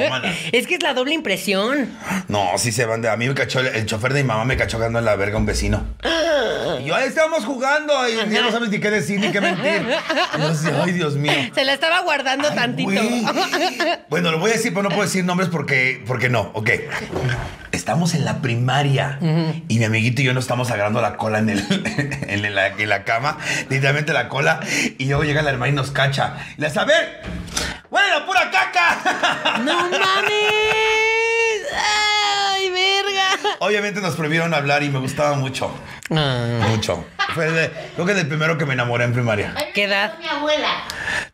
No, mana.
(laughs) Es que es la doble impresión.
No, sí se van de. A mí me cachó, el, el chofer de mi mamá me cachó cagando en la verga un vecino. Y yo, ahí estábamos jugando y un día no sabes ni qué decir ni qué mentir. Y yo así, ay, Dios mío.
Se la estaba guardando
Ay,
tantito.
güey. Bueno, lo voy a decir, pero no puedo decir nombres porque, porque no. Ok. Estamos en la primaria y mi amiguito y yo nos estamos agarrando la cola en, el, (laughs) en, la, en la cama, literalmente la cola, y luego llega la hermana y nos cacha. Y le dice, a ver, huele la pura caca. (laughs)
(laughs) ¡No mames! ¡Ay, verga!
Obviamente nos prohibieron hablar y me gustaba mucho, mucho. Fue de- creo que del primero que me enamoré en primaria.
¿Qué edad?
Mi abuela.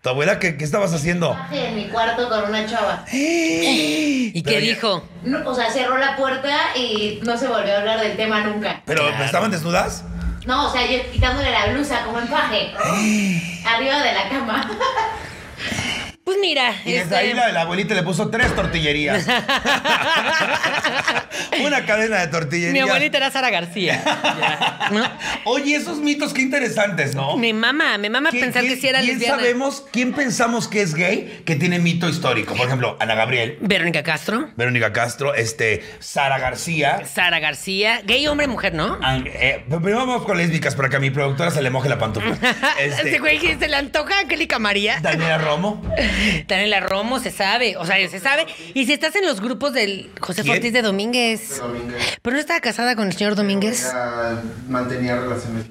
¿Tu abuela qué, qué estabas haciendo?
Hace en mi cuarto con una chava.
¿Y
Pero
qué
ya-
dijo?
No, o sea, cerró la puerta y no se volvió a hablar del tema nunca.
¿Pero estaban desnudas?
No, o sea, yo quitándole la blusa como empaje. Arriba de la cama.
Pues mira,
Y desde
este,
ahí la, la abuelita le puso tres
(laughs)
tortillerías. Una cadena de tortillerías.
mi abuelita era Sara García. Ya, ¿no?
Oye, esos mitos qué interesantes, ¿no?
Me mama, me mama
¿Quién-
pensar que
quién-
si era
¿Quién
lesbiana.
sabemos, quién pensamos que es gay que tiene mito histórico? Por ejemplo, Ana Gabriel,
Verónica Castro,
Verónica Castro, este, Sara García.
Sara García, gay hombre, mujer, ¿no?
Ang- eh, primero vamos con lésbicas para que a mi productora se le moje la
(laughs)
pantufla.
Este
(laughs) Este,
güey que se le antoja a Angélica María.
Daniela Romo.
Daniela Romo, se sabe. O sea, se sabe. Y si estás en los grupos del José
¿Quién?
Ortiz de Domínguez.
Domínguez.
¿Pero no estaba casada con el señor Domínguez?
Ella mantenía relaciones.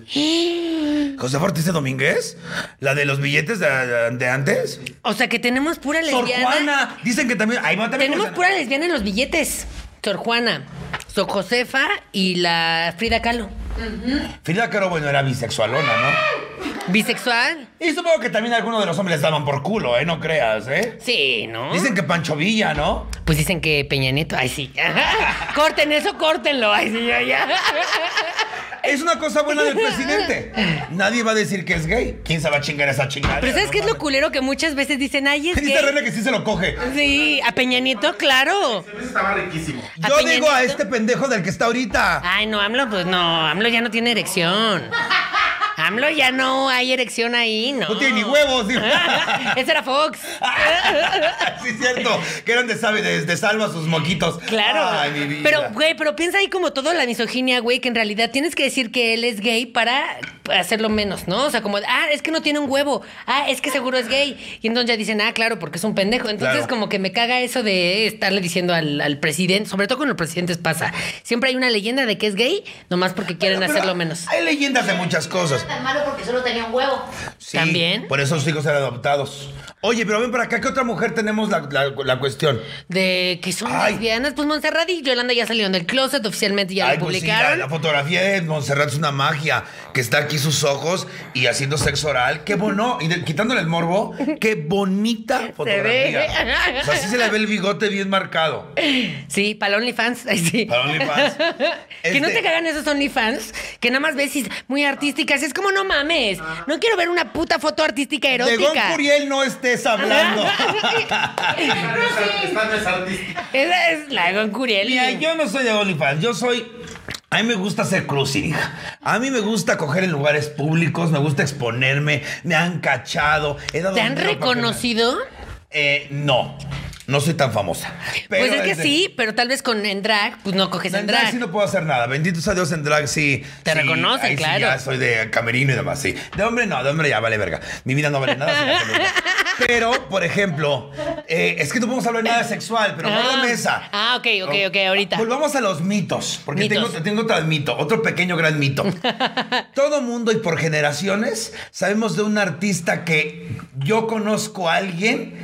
José Ortiz de Domínguez, la de los billetes de, de antes.
O sea, que tenemos pura
Sor
lesbiana.
Juana. Dicen que también. Ahí va también
Tenemos
José-
pura lesbiana en los billetes. Sor Juana, Sor Josefa y la Frida Kahlo.
Frida Kahlo, bueno, era bisexualona, ¿no?
¿Bisexual?
Y supongo que también algunos de los hombres daban por culo, ¿eh? No creas, ¿eh?
Sí, ¿no?
Dicen que Pancho Villa, ¿no?
Pues dicen que Peña Nieto. Ay, sí. (laughs) Corten eso, córtenlo. Ay, sí,
(laughs)
ya, ya.
Es una cosa buena del presidente.
(laughs)
Nadie va a decir que es gay. ¿Quién se va a chingar esa chingada?
Pero ¿sabes qué es lo culero? Que muchas veces dicen, ay, es
(laughs) Dice
gay.
René que sí se lo coge.
Sí, a Peña Nieto, claro.
Este Estaba riquísimo.
¿A
Yo
Peña
digo a
Nieto?
este pendejo del que está ahorita.
Ay, no, AMLO, pues no, AMLO ya no tiene erección. AMLO ya no hay erección ahí, ¿no?
No tiene ni huevos, digo.
(laughs)
(laughs)
Ese era Fox.
sí, es cierto. Que eran de, sabe, de, de salva sus moquitos.
Claro.
Ay, mi vida.
Pero, güey, pero piensa ahí como todo la misoginia, güey, que en realidad tienes que decir que él es gay para hacerlo menos, ¿no? O sea, como, ah, es que no tiene un huevo, ah, es que seguro es gay. Y entonces ya dicen, ah, claro, porque es un pendejo. Entonces,
Claro.
como que me caga eso de estarle diciendo al, al presidente, sobre todo con los presidentes pasa. Siempre hay una leyenda de que es gay, nomás porque quieren
Pero
hacerlo menos.
Hay
(laughs)
leyendas de muchas cosas.
No era tan malo porque solo tenía un huevo.
Sí,
También.
Por eso sus hijos eran adoptados. Oye, pero ven para acá, ¿qué otra mujer tenemos la, la- la cuestión?
De que son
Ay.
lesbianas. Pues Montserrat y Yolanda ya salieron del closet oficialmente, ya
Ay,
lo
pues sí,
publicaron.
la, la fotografía de Montserrat es una magia, que está aquí sus ojos y haciendo sexo oral. Qué bueno, y de- quitándole el morbo, qué
(laughs)
bonita fotografía.
ve.
O sea, así se le ve el bigote bien marcado.
Sí, para OnlyFans. (laughs) Ay, sí.
Para OnlyFans.
(laughs) Que no
Este-
te cagan esos OnlyFans, que nada más ves y- muy artísticas. Es como, no mames, no quiero ver una puta foto artística
De Gon
erótica.
Curiel no estés
(laughs)
hablando. (laughs)
Esta no es ar- esta no es artística.
Esa es la de Gon Curiel.
Mira, yo no soy de OnlyFans, yo soy. A mí me gusta hacer cruising, hija. A mí me gusta coger en lugares públicos, me gusta exponerme, me han cachado. He dado
¿Te han
dinero para que me-
reconocido?
Eh, no, no soy tan famosa. Pero
pues es que
desde-
sí, pero tal vez con en drag, pues no coges
No, En
en
drag
drag.
sí no puedo hacer nada. Bendito sea Dios en drag sí.
Te
sí,
reconocen,
ahí sí
claro.
ya soy de camerino y demás, sí. De hombre no, de hombre ya vale verga. Mi vida no vale nada. sin la
(laughs)
peluca. Pero, por ejemplo, eh, es que no podemos hablar nada sexual, pero
Ah.
guarda mesa.
Ah, ok, ok, ok, ahorita.
Oh. Volvamos a los mitos, porque
Mitos.
tengo, tengo otro mito, otro pequeño gran
(laughs)
mito. Todo mundo y por generaciones sabemos de un artista que yo conozco a alguien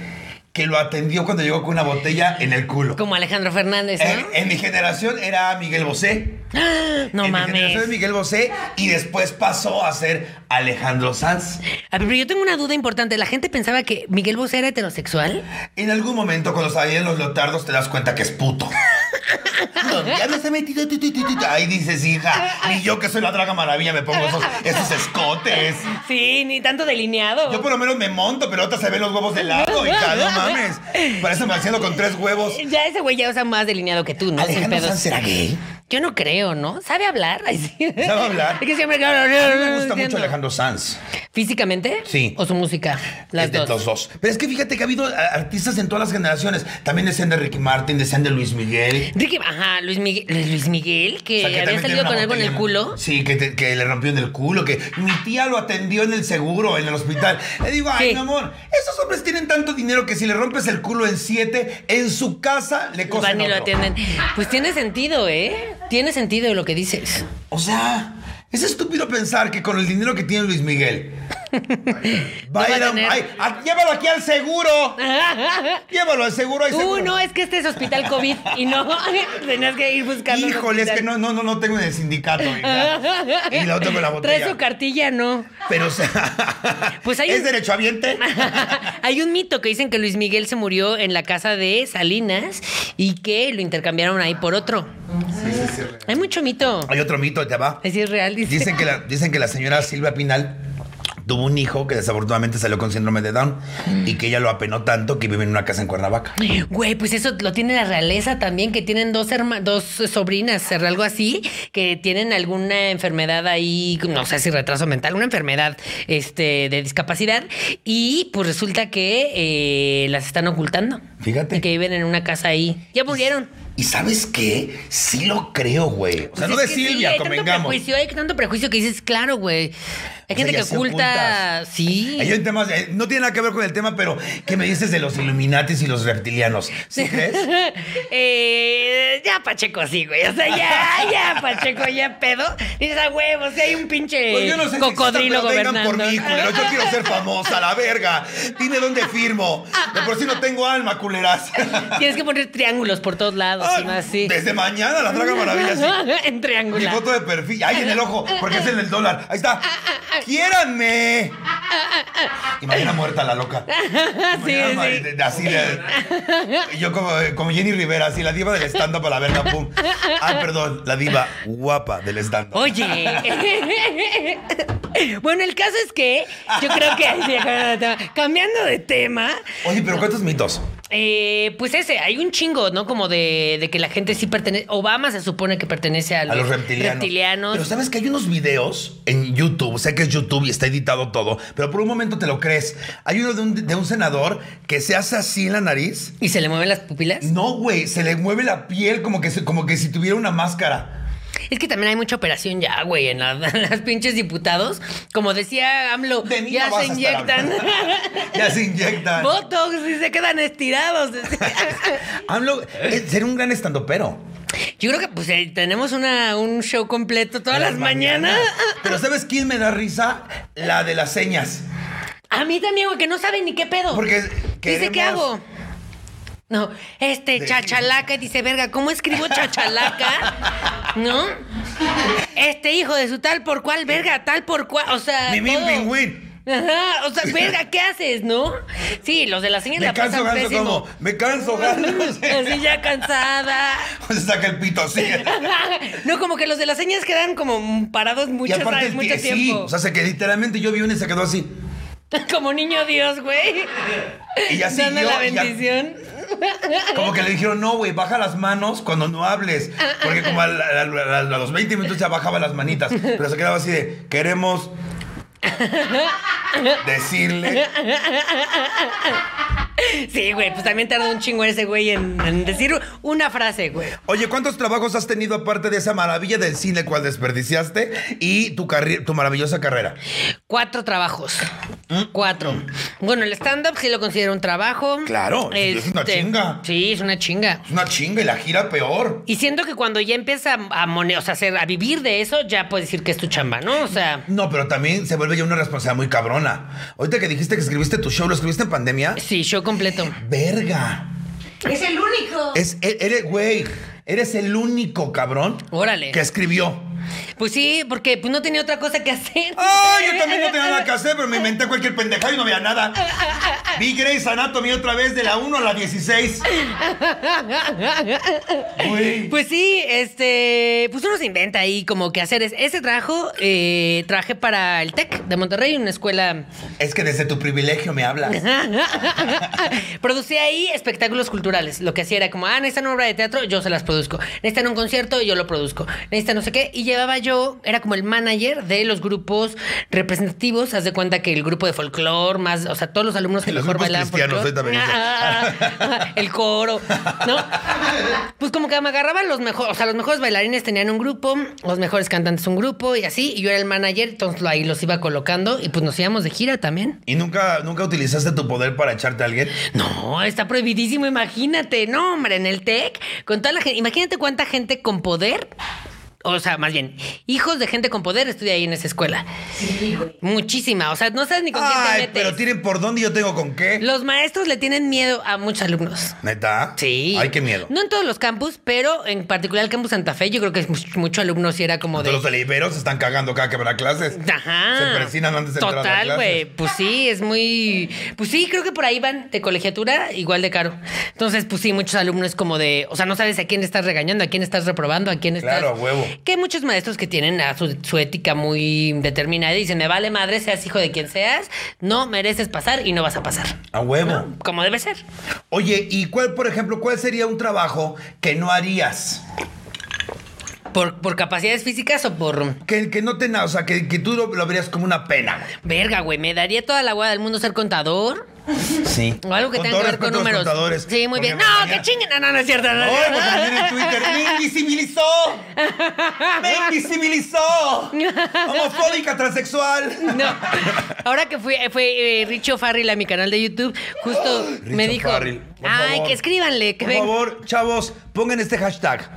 que lo atendió cuando llegó con una botella en el culo.
Como Alejandro Fernández,
En,
¿no?
en mi generación era Miguel Bosé.
no
Eh, en Mi generación
mames.
es Miguel Bosé y después pasó a ser Alejandro Sanz.
A ver, pero yo tengo una duda importante. La gente pensaba que Miguel Bosé era
(laughs)
heterosexual.
En algún momento, cuando salían los leotardos, te das cuenta que es
(laughs)
puto. No, ya me se metido. tu, tu, tu, tu. Ahí dices, hija, ni yo que soy la draga maravilla me pongo esos, esos escotes.
Sí, ni tanto delineado.
Yo por lo menos me monto, pero ahorita se ven los huevos de lado, hija, no mames. Parece haciendo con tres huevos.
Ya ese güey ya usa más delineado que tú, ¿no? Sin
Alejandro
pedos.
Sanz será gay.
Yo no creo, ¿no? ¿Sabe hablar? (laughs) Ay, sí.
¿Sabe hablar?
Es que siempre...
A mí me gusta mucho Alejandro Sanz.
¿Físicamente?
Sí.
¿O su música? Las
de
dos.
los dos. Pero es que fíjate que ha habido a- artistas en todas las generaciones. También decían de Ricky Martin, decían de Luis Miguel.
Ricky, ajá, Luis Miguel, Luis Miguel que,
O sea,
había
también tiene
salido
una
con algo en el
botella-
culo.
Sí, que, te- que le rompió en el culo, que mi tía lo atendió en el seguro, en el hospital. Le digo, ay,
Sí.
mi amor, esos hombres tienen tanto dinero que si le rompes el culo en siete, en su casa le cosen
Van y lo
otro.
atienden. Pues tiene sentido, ¿eh? Tiene sentido lo que dices.
O sea, es estúpido pensar que con el dinero que tiene Luis
(laughs)
Miguel... va a
va a
ir a-
tener.
ay, a- llévalo aquí al
(laughs)
seguro. llévalo al seguro. hay
Tú
seguro.
no, es que este es hospital COVID y no (laughs) tenías que ir buscando. un
Híjole, es
hospital.
que no, no, no, no tengo en el sindicato.
(laughs)
hija. Y la otra con la botella.
Trae su cartilla, no.
Pero, o sea,
Pues hay
¿es
un- (laughs)
derechohabiente?
Hay un mito que dicen que Luis Miguel se murió en la casa de Salinas y que lo intercambiaron ahí por otro.
Sí, sí, sí. real.
Hay mucho mito.
Hay otro mito, te va.
Así es real, dice.
Dicen que, la, dicen que la señora Silvia Pinal tuvo un hijo que desafortunadamente salió con síndrome de Down
Mm.
y que ella lo apenó tanto que vive en una casa en Cuernavaca.
Güey, pues eso lo tiene la realeza también, que tienen dos herma- dos sobrinas, algo así, que tienen alguna enfermedad ahí, no sé si retraso mental, una enfermedad este, de discapacidad, y pues resulta que eh, las están ocultando.
Fíjate.
Y que viven en una casa ahí. Ya murieron.
¿Y sabes qué? Sí lo creo, güey. O sea,
Pues
no
es
de
que sí,
Silvia,
hay tanto
convengamos.
prejuicio, hay tanto prejuicio que dices, claro, güey. Hay
O sea,
gente
ya
que
se
oculta.
ocultas.
Sí.
Hay un tema, eh, no tiene nada que ver con el tema, pero ¿qué me dices de los Illuminatis y los reptilianos? ¿Sí crees?
(laughs) Eh, ya Pacheco sí, güey. O sea, ya, ya Pacheco, ya pedo. Dices a huevo, si hay un pinche
Pues yo no sé si
cocodrilo
exista, pero vengan
gobernando.
por mí, culero. Yo quiero ser famosa, la verga. Dime dónde firmo. De por si no tengo alma, culeras.
(laughs) Tienes que poner triángulos por todos lados y más así.
Desde mañana la traga maravilla. sí.
(laughs) en
Mi
triángulo. Ah,
foto de perfil. Ay, en el ojo, porque es el del dólar. Ahí está. ¡Quiéranme! Y mañana muerta la loca.
(laughs) Sí,
Mañana ma-
sí.
de- de- Así de- Yo como, eh, como Jenny Rivera, así la diva del stand-up a la verga, pum. Ah, perdón, la diva guapa del stand-up.
Oye. (laughs) bueno, el caso es que yo creo que (laughs) Sí, cambiando de tema. cambiando de tema,
Oye, pero ¿cuántos mitos?
eh, pues ese, hay un chingo, ¿no? Como de, de que la gente sí pertenece. Obama se supone que pertenece a los,
A los reptilianos.
reptilianos.
Pero sabes que hay unos videos en YouTube, sé que es YouTube y está editado todo, pero por un momento te lo crees. Hay uno de un, de un senador que se hace así en la nariz.
¿Y se le mueven las pupilas?
No, güey, se le mueve la piel como que, se- como que si tuviera una máscara.
Es que también hay mucha operación ya, güey, en, la- (laughs) en las pinches diputados. Como decía AMLO,
De mí
ya
no vas
se
a estar
inyectan
hablando. ya se
(laughs)
inyectan.
botox y se quedan estirados.
AMLO, eh, ser un gran estandopero.
Yo creo que pues eh, tenemos una, un show completo todas
En
las mañanas.
Pero ¿sabes quién me da risa? La de las señas.
A mí también, güey, que no sabe ni qué pedo.
Porque
Dice, ¿qué
queremos-
hago? No, este,
De-
chachalaca, dice, verga, ¿cómo escribo
(laughs)
chachalaca? ¿No? Este hijo de su tal por cual,
Eh,
verga, tal por cual, o sea.
Mimín
todo.
pingüín.
Ajá, o sea, verga, ¿qué haces, no? Sí, los de las señas
Me
la
canso
pasan
ganso
pésimo.
como. Me canso
(laughs)
ganso.
Así ya cansada. (laughs)
(laughs) Se saca el pito así.
No, como que los de las señas quedan como parados
Y
muchas,
aparte el
(laughs) mucho
que sí.
tiempo.
O sea, se que literalmente yo vi una y se quedó así.
(laughs) como niño Dios, güey.
Y ya
Dando
siguió,
la
y ya-
bendición.
Como que le dijeron, no, güey, baja las manos cuando no hables. Porque como a, la- a la- a los 20 minutos ya bajaba las manitas. Pero se quedaba así de, queremos decirle.
Sí, güey, pues también tardó un chingo ese güey en, en decir una frase, güey.
Oye, ¿cuántos trabajos has tenido aparte de esa maravilla del cine cual desperdiciaste y tu, carri- tu maravillosa carrera?
Cuatro trabajos.
Mm.
Cuatro. Bueno, el stand-up sí lo considero un trabajo. Este,
Claro, pues es una chinga.
Sí, es una chinga.
Es una chinga y la gira peor.
Y siento que cuando ya empieza a, mone- o sea, hacer- a vivir de eso, ya puedes decir que es tu chamba, ¿no? O sea,
No, pero también se vuelve ya una responsabilidad muy cabrona. Ahorita que dijiste que escribiste tu show, ¿lo escribiste en pandemia?
sí, show completo.
Verga.
Es el único.
Es, e- eres, güey, eres el único cabrón
Órale.
que escribió.
Pues sí, porque pues no tenía otra cosa que hacer.
Ay, yo también no tenía
(laughs)
nada que hacer, pero me inventé cualquier pendejada y no veía nada. Vi Grey's Anatomy otra vez de la 1 a la 16. ¡Ah!
(laughs)
Güey.
Pues sí, este, pues uno se inventa ahí como que hacer es- ese trabajo. eh, trabajé para el TEC de Monterrey, una escuela.
Es que desde tu privilegio me hablas.
(laughs) Producía ahí espectáculos culturales. Lo que hacía era como, ah, necesitan una obra de teatro, yo se las produzco. Necesitan un concierto, yo lo produzco. Necesitan no sé qué. Y llevaba yo, era como el manager de los grupos representativos. Haz de cuenta que el grupo de folclore, más, o sea, todos los alumnos que
Los
mejor
grupos
bailaban
cristianos,
folclore.
ahorita
Ah, (laughs) el coro, ¿no? Pues como que me agarraban los mejores, o sea, los mejores bailarines tenían un grupo, los mejores cantantes un grupo y así. Y yo era el manager, entonces ahí los iba colocando y pues nos íbamos de gira también.
¿Y nunca, nunca utilizaste tu poder para echarte a alguien?
No, está prohibidísimo, imagínate. No, hombre, en el TEC, con toda la gente, imagínate cuánta gente con poder, o sea, más bien, hijos de gente con poder estudia ahí en esa escuela.
Sí, güey.
Muchísima, o sea, no sabes ni con quién te
Ay,
metes.
pero tienen por dónde y yo tengo con qué.
Los maestros le tienen miedo a muchos alumnos.
¿Neta?
Sí.
Ay, qué miedo.
No en todos los campus, pero en particular el campus Santa Fe, yo creo que es mucho, mucho alumno si era como de.
Entonces Los deliberos se están cagando cada que habrá clases.
Ajá.
Se persinan antes de entrar a
Total,
clases.
güey. Pues sí, es muy. Pues sí, creo que por ahí van de colegiatura, igual de caro. Entonces, pues sí, muchos alumnos como de. O sea, no sabes a quién estás regañando, a quién estás reprobando, a quién estás.
Claro, a huevo.
Que hay muchos maestros que tienen a su, su ética muy determinada y dicen: me vale madre, seas hijo de quien seas, no mereces pasar y no vas a pasar.
A huevo.
Como debe ser.
Oye, ¿y cuál, por ejemplo, cuál sería un trabajo que no harías?
¿Por, por capacidades físicas o por.?
Que, que no te na- o sea, que, que tú lo, lo verías como una pena.
Verga, güey, me daría toda la guada del mundo ser contador
Sí.
o algo que tenga que ver con números.
Contadores.
Sí, muy bien. No,
Porque
que
mañana-
chinguen. No, no, no es cierto. No, es
Ay,
cierto.
porque también pues, en Twitter. ¡Me invisibilizó!
(laughs)
¡Me invisibilizó! ¡Homofóbica transexual!
(laughs) No. Ahora que fui, fue eh, Richo Farrell a mi canal de YouTube,
(gasps)
justo me
Richo
dijo,
Farrell, por
ay,
favor.
que escríbanle, que
Por
ven-
favor, chavos, pongan este hashtag.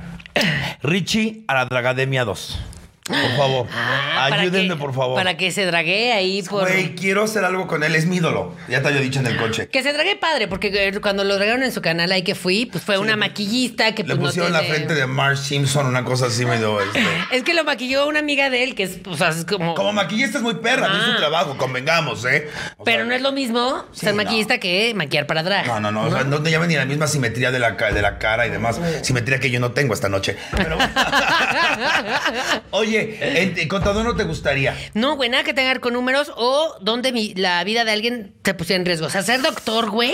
Richie a la Dragademia 2. Por favor.
Ah, para
ayúdenme,
que-
por favor.
Para que se drague ahí por...
Güey, quiero hacer algo con él. Es mi ídolo. Ya te había dicho en el coche.
Que se drague padre, porque eh, cuando lo dragaron en su canal ahí que fui, pues fue una maquillista que
Le
pues, no
pusieron la
tiene-
frente de Marge Simpson, una cosa así medio. Este.
Es que lo maquilló una amiga de él, que es, o sea, es como...
Como maquillista es muy perra, pero es un
Ah.
trabajo, convengamos, ¿eh? O
Pero
sea,
no es lo mismo
Sí,
ser
no.
maquillista que maquillar para drag.
No, no, no, o sea, no te llaman ni la misma simetría de la, ca- de la cara y demás. Simetría que yo no tengo esta noche. Pero- (laughs) Oye, el, el contador no te gustaría.
No, güey, nada que tenga que ver con números o donde mi- la vida de alguien se pusiera en riesgo. O sea, ser doctor, güey.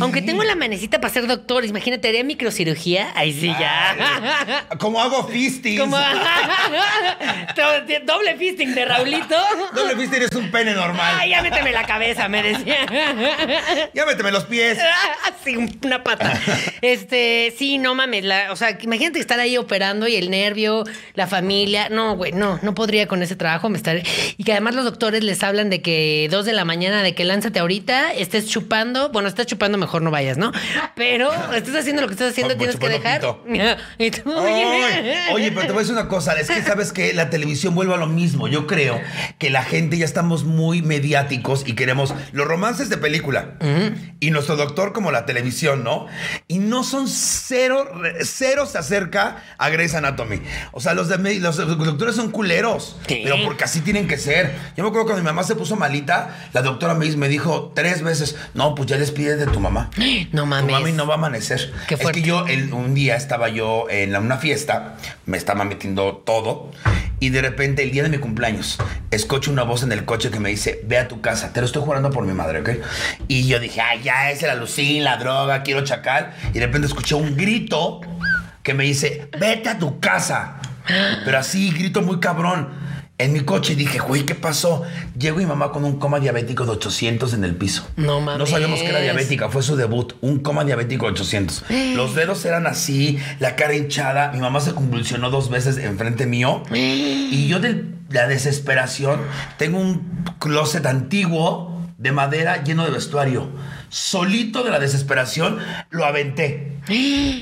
Aunque tengo la manecita para ser doctor, imagínate, haría microcirugía. Ahí sí, ya.
Como hago fistings. (laughs)
Como. (laughs) Doble fisting de Raulito.
No le viste, eres un pene
Ay,
normal.
ya méteme la cabeza, me decía.
Ya méteme los pies.
(laughs) Así, una pata. Este, sí, no mames. la- o sea, imagínate estar ahí operando y el nervio, la familia. No, no, güey, no, no podría con ese trabajo. Me estaré... Y que además los doctores les hablan de que dos de la mañana, de que lánzate ahorita, estés chupando. Bueno, estás chupando, mejor no vayas, ¿no? Pero estás haciendo lo que estás haciendo,
Como
tienes que dejar.
Ah, chupando
(laughs) Y tú, (laughs)
Ay, oye, pero te voy a decir una cosa, es que sabes que la televisión vuelve a lo mismo. Yo creo que la gente ya estamos muy mediáticos y queremos los romances de película y nuestro doctor como la televisión, ¿no? Y no son cero, re- cero se acerca a Grey's Anatomy. O sea, los, de, me- los doctores son culeros,
Sí.
pero porque así tienen que ser. Yo me acuerdo cuando mi mamá se puso malita, la doctora me, me dijo tres veces, no, pues ya despides de tu mamá.
No mames.
Tu mami no va a amanecer.
Qué
es
fuerte.
que yo el- un día estaba yo en la- una fiesta, me estaba metiendo todo y de repente el día de mi cumpleaños escucho una voz en el coche que me dice, ve a tu casa, te lo estoy jurando por mi madre, ¿ok? Y yo dije, ay, ya es el alucín, la droga, quiero chacal. Y de repente escuché un grito que me dice, vete a tu casa. Pero así, grito muy cabrón. En mi coche y dije, güey, ¿qué pasó? Llegó mi mamá con un coma diabético de 800 en el piso.
No
No
mames. Eh.
sabíamos que era diabética, fue su debut, un coma diabético 800. Los dedos eran así, la cara hinchada, mi mamá se convulsionó dos veces enfrente mío
Eh.
y yo de la desesperación tengo un closet antiguo de madera lleno de vestuario. Solito de la desesperación lo aventé.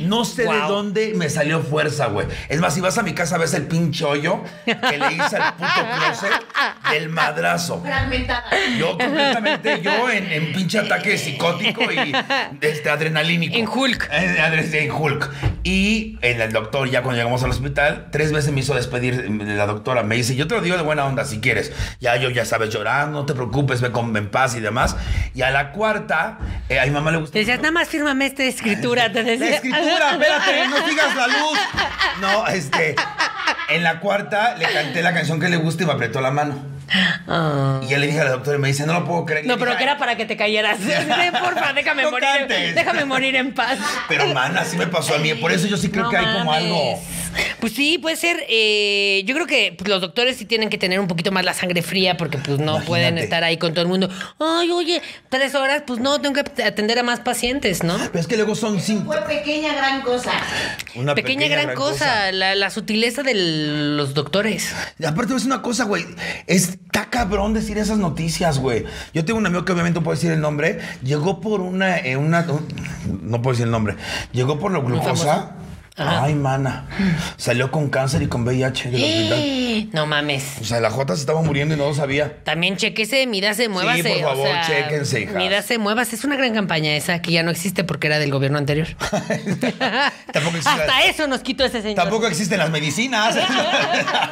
No sé de
Eh. Guau.
dónde me salió fuerza, güey. Es más, si vas a mi casa ves el pinche hoyo que le hice al puto closet del madrazo.
Fragmentada.
Yo completamente, yo en, en pinche ataque psicótico y este, adrenalínico.
En Hulk.
Eh, adre- En Hulk. Y en el doctor, ya cuando llegamos al hospital, tres veces me hizo despedir mm, la doctora. Me dice, yo te lo digo de buena onda si quieres. Ya yo, ya sabes, llorar, no te preocupes, ve con, en paz y demás. Y a la cuarta, eh, a mi mamá le gusta.
Te decías, nada más fírmame esta escritura. Te
La
decía.
escritura, espérate, no digas la luz. No, este. En la cuarta le canté la canción que le gusta y me apretó la mano.
Ah.
Y ya le dije a la doctora y me dice, no lo puedo creer.
No,
Le
pero
dije,
que era para que
(laughs)
te cayeras. Sí, Porfa, déjame
No
morir.
cantes.
Déjame morir en paz.
Pero, man, así me pasó a mí. Por eso yo sí creo
No
que hay como
mames.
algo.
Pues sí, puede ser. eh, yo creo que pues, los doctores sí tienen que tener un poquito más la sangre fría porque pues no
Imagínate.
pueden estar ahí con todo el mundo. Ay, oye, tres horas, pues no, tengo que atender a más pacientes, ¿no?
Pero es que luego son cinco.
Fue pequeña gran cosa.
Una
Pequeña, gran, cosa, La, la sutileza de los doctores.
Y aparte, es una cosa, güey. Está cabrón decir esas noticias, güey. Yo tengo un amigo que obviamente no puedo decir el nombre. Llegó por una. eh, una un- no puedo decir el nombre. Llegó por la
famoso.
glucosa.
Ajá.
Ay, mana. Salió con cáncer y con VIH del hospital.
No mames.
O sea, la Jota se estaba muriendo y no lo sabía.
También chequese, midase, muévase.
por favor, chéquense, hijas.
Midase, muévase. Es una gran campaña esa que ya no existe porque era del gobierno anterior.
(laughs) Tampoco existe.
Hasta eso nos quitó ese señor.
Tampoco existen las
(laughs)
medicinas.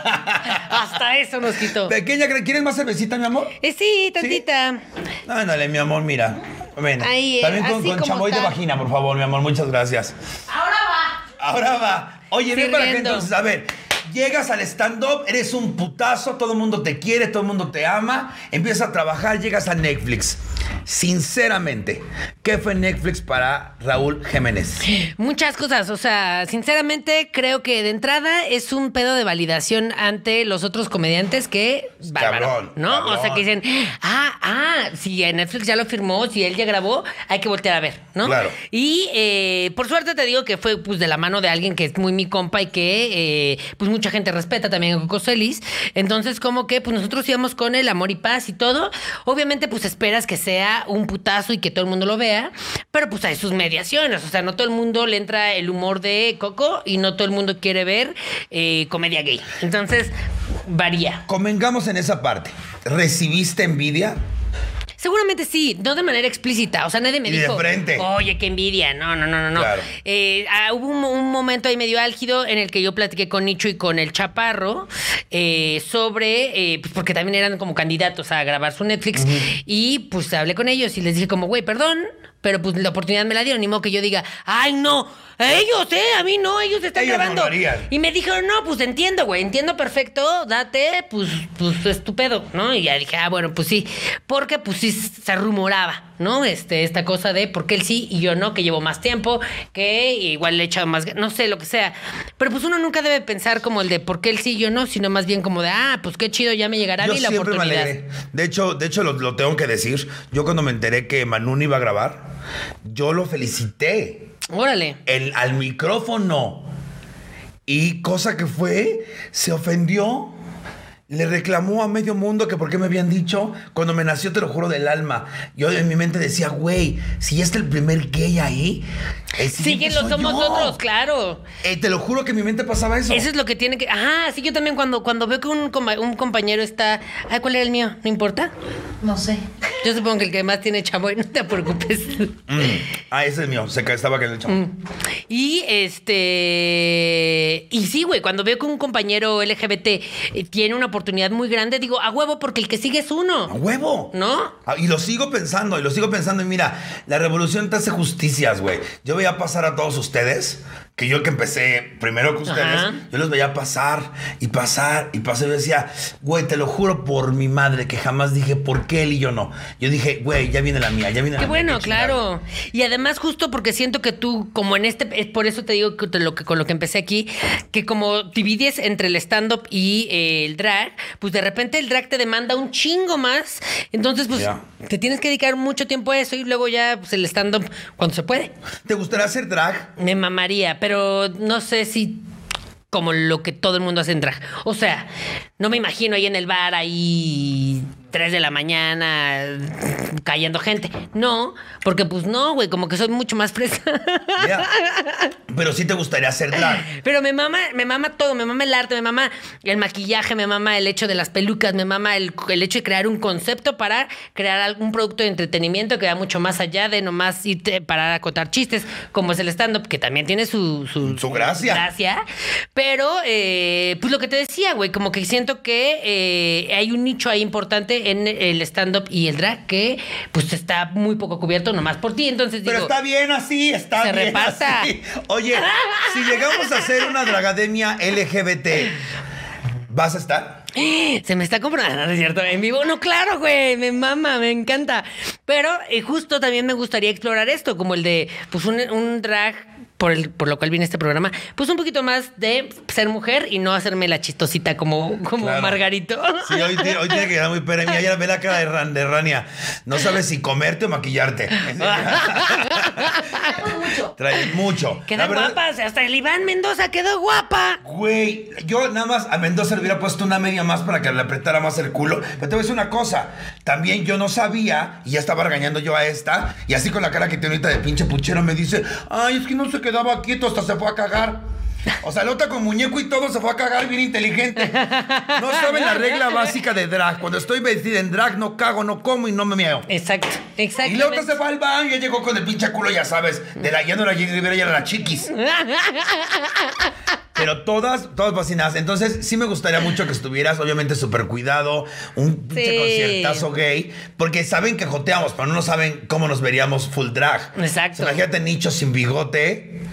Hasta eso nos quitó.
Pequeña, ¿quieres más cervecita, mi amor?
Eh, sí, tantita.
Ándale, mi amor, mira. Ven.
Ahí, eh,
También con,
así
con
como
chamoy de
está.
vagina, por favor, mi amor. Muchas gracias.
Ahora va.
Ahora va. Oye, ven para acá
Sirviendo.
entonces. A ver, llegas al stand-up, eres un putazo, todo el mundo te quiere, todo el mundo te ama. Empiezas a trabajar, llegas a Netflix. Sinceramente, ¿qué fue Netflix para Raúl Jiménez?
Muchas cosas, o sea, sinceramente creo que de entrada es un pedo de validación ante los otros comediantes que bárbaro,
Cabrón,
¿no?
cabrón.
O sea, que dicen, ah, ah, si en Netflix ya lo firmó, si él ya grabó, hay que voltear a ver, ¿no?
Claro.
Y eh, por suerte te digo que fue pues de la mano de alguien que es muy mi compa y que eh, pues mucha gente respeta también a Coco Celis. Entonces, como que pues nosotros íbamos con el amor y paz y todo. Obviamente, pues esperas que sea un putazo y que todo el mundo lo vea, pero pues hay sus mediaciones. O sea, no todo el mundo le entra el humor de Coco y no todo el mundo quiere ver eh, comedia gay. Entonces, varía.
Convengamos en esa parte. ¿Recibiste envidia?
Seguramente sí, no de manera explícita. O sea, nadie me
Y de
dijo.
frente.
Oye, qué envidia. No, no, no, no, no.
Claro.
Eh, ah, hubo un, un momento ahí medio álgido en el que yo platiqué con Nicho y con el Chaparro eh, sobre, eh, pues porque también eran como candidatos a grabar su Netflix. Y pues hablé con ellos y les dije como, güey, perdón, pero pues la oportunidad me la dieron. Ni modo que yo diga, ay, no, ellos, eh, a mí no, ellos están
Ellos no lo
grabando.
harían.
Y me dijeron, no, pues entiendo, güey, entiendo perfecto, date, pues, pues estupendo, ¿no? Y ya dije, ah, bueno, pues sí, porque pues sí se rumoraba, ¿no? Este, esta cosa de por qué él sí y yo no, que llevo más tiempo, que igual le he echado más, ga- no sé, lo que sea. Pero pues uno nunca debe pensar como el de por qué él sí y yo no, sino más bien como de, ah, pues qué chido, ya me llegará a
Yo
mí la
siempre me
oportunidad.
alegré. De hecho, de hecho lo, lo tengo que decir. Yo cuando me enteré que Manún iba a grabar, yo lo felicité
Órale.
el, al micrófono. Y cosa que fue, se ofendió. Le reclamó a medio mundo que por qué me habían dicho cuando me nació, te lo juro del alma. Yo en mi mente decía, güey, si ya está el primer gay ahí, el
Sí, que
siguiente
lo
pues, soy
somos
yo".
nosotros, claro.
Eh, te lo juro que en mi mente pasaba eso.
Eso es lo que tiene que. Ajá, sí, yo también cuando, cuando veo que un, compa- un compañero está. Ay, ¿cuál era el mío? No importa.
No sé.
Yo supongo que el que más tiene chavo, (laughs) no te preocupes.
Mm. Ah, ese es mío. Se ca- estaba cayendo el chavo.
Mm. Y este. Y sí, güey, cuando veo que un compañero LGBT eh, tiene una oportunidad muy grande, digo, a huevo, porque el que sigue es
¡A
uno.
huevo!
¿No?
Ah, Y lo sigo pensando, y lo sigo pensando. Y mira, la revolución te hace justicias, güey. Yo veía pasar a todos ustedes, que yo que empecé primero que ustedes,
Ajá.
yo los veía pasar y pasar y pasar. Yo decía, güey, te lo juro por mi madre que jamás dije por qué él y yo no. Yo dije, güey, ya viene la mía, ya viene
Qué
la mía.
bueno,
chingada.
claro. Y además, justo porque siento que tú, como en este, es por eso te digo que te- lo que con lo que empecé aquí, que como divides entre el stand-up y eh, el drag, pues de repente el drag te demanda un chingo más. Entonces, pues,
Ya.
te tienes que dedicar mucho tiempo a eso y luego ya pues, el stand-up cuando se puede.
¿Te gustaría hacer drag?
Me mamaría, pero no sé si como lo que todo el mundo hace en drag. O sea, no me imagino ahí en el bar, ahí 3 de la mañana, cayendo gente. No, porque pues no, güey, como que soy mucho más fresa.
Ya.
(laughs)
Pero sí te gustaría hacer drag.
Pero me mama, me mama todo, me mama el arte, me mama el maquillaje, me mama el hecho de las pelucas, me mama el, el hecho de crear un concepto para crear algún producto de entretenimiento que va mucho más allá de nomás irte para a contar chistes, como es el stand-up, que también tiene su, su,
Su gracia.
gracia. Pero, eh, pues lo que te decía, güey, como que siento que eh, hay un nicho ahí importante en el stand-up y el drag que pues está muy poco cubierto nomás por ti. Entonces
Pero
digo,
está bien así, está
Se
bien
reparta.
así. Oye, si llegamos a hacer una dragademia LGBT, ¿vas a estar?
Se me está comprando, ¿no es cierto? En vivo, no, claro, güey, me mama, me encanta. Pero eh, justo también me gustaría explorar esto, como el de, pues, un, un drag, por, el, por lo cual viene este programa, pues un poquito más de ser mujer y no hacerme la chistosita como, como
Claro.
Margarito.
Sí,
(laughs)
hoy, ti- hoy tiene que quedar muy pera. Mira, ya ve la cara de, Ran- de Rania. No sabes si comerte o maquillarte.
Ah.
Trae mucho. La
Quedan
verdad-
guapas, hasta el Iván Mendoza quedó guapa.
Güey, yo nada más a Mendoza le hubiera puesto una media más para que le apretara más el culo. Pero te voy a decir una cosa. También yo no sabía y ya estaba regañando yo a esta. Y así con la cara que tiene ahorita de pinche puchero me dice: Ay, es que no se quedaba quieto, hasta se fue a cagar. O sea, la otra con muñeco y todo se fue a cagar bien inteligente. No saben la regla básica de drag. Cuando estoy vestida en drag, no cago, no como y no me meo.
Exacto, exacto.
Y la otra se fue al baño y ya llegó con el pinche culo, ya sabes. De la, ya no era Jenny Rivera, ya era la chiquis. Pero todas, todas fascinadas. Entonces, sí me gustaría mucho que estuvieras, obviamente, súper cuidado. Un pinche
Sí.
conciertazo gay. Porque saben que joteamos, pero no saben cómo nos veríamos full drag.
Exacto.
Imagínate nicho sin bigote.
(laughs)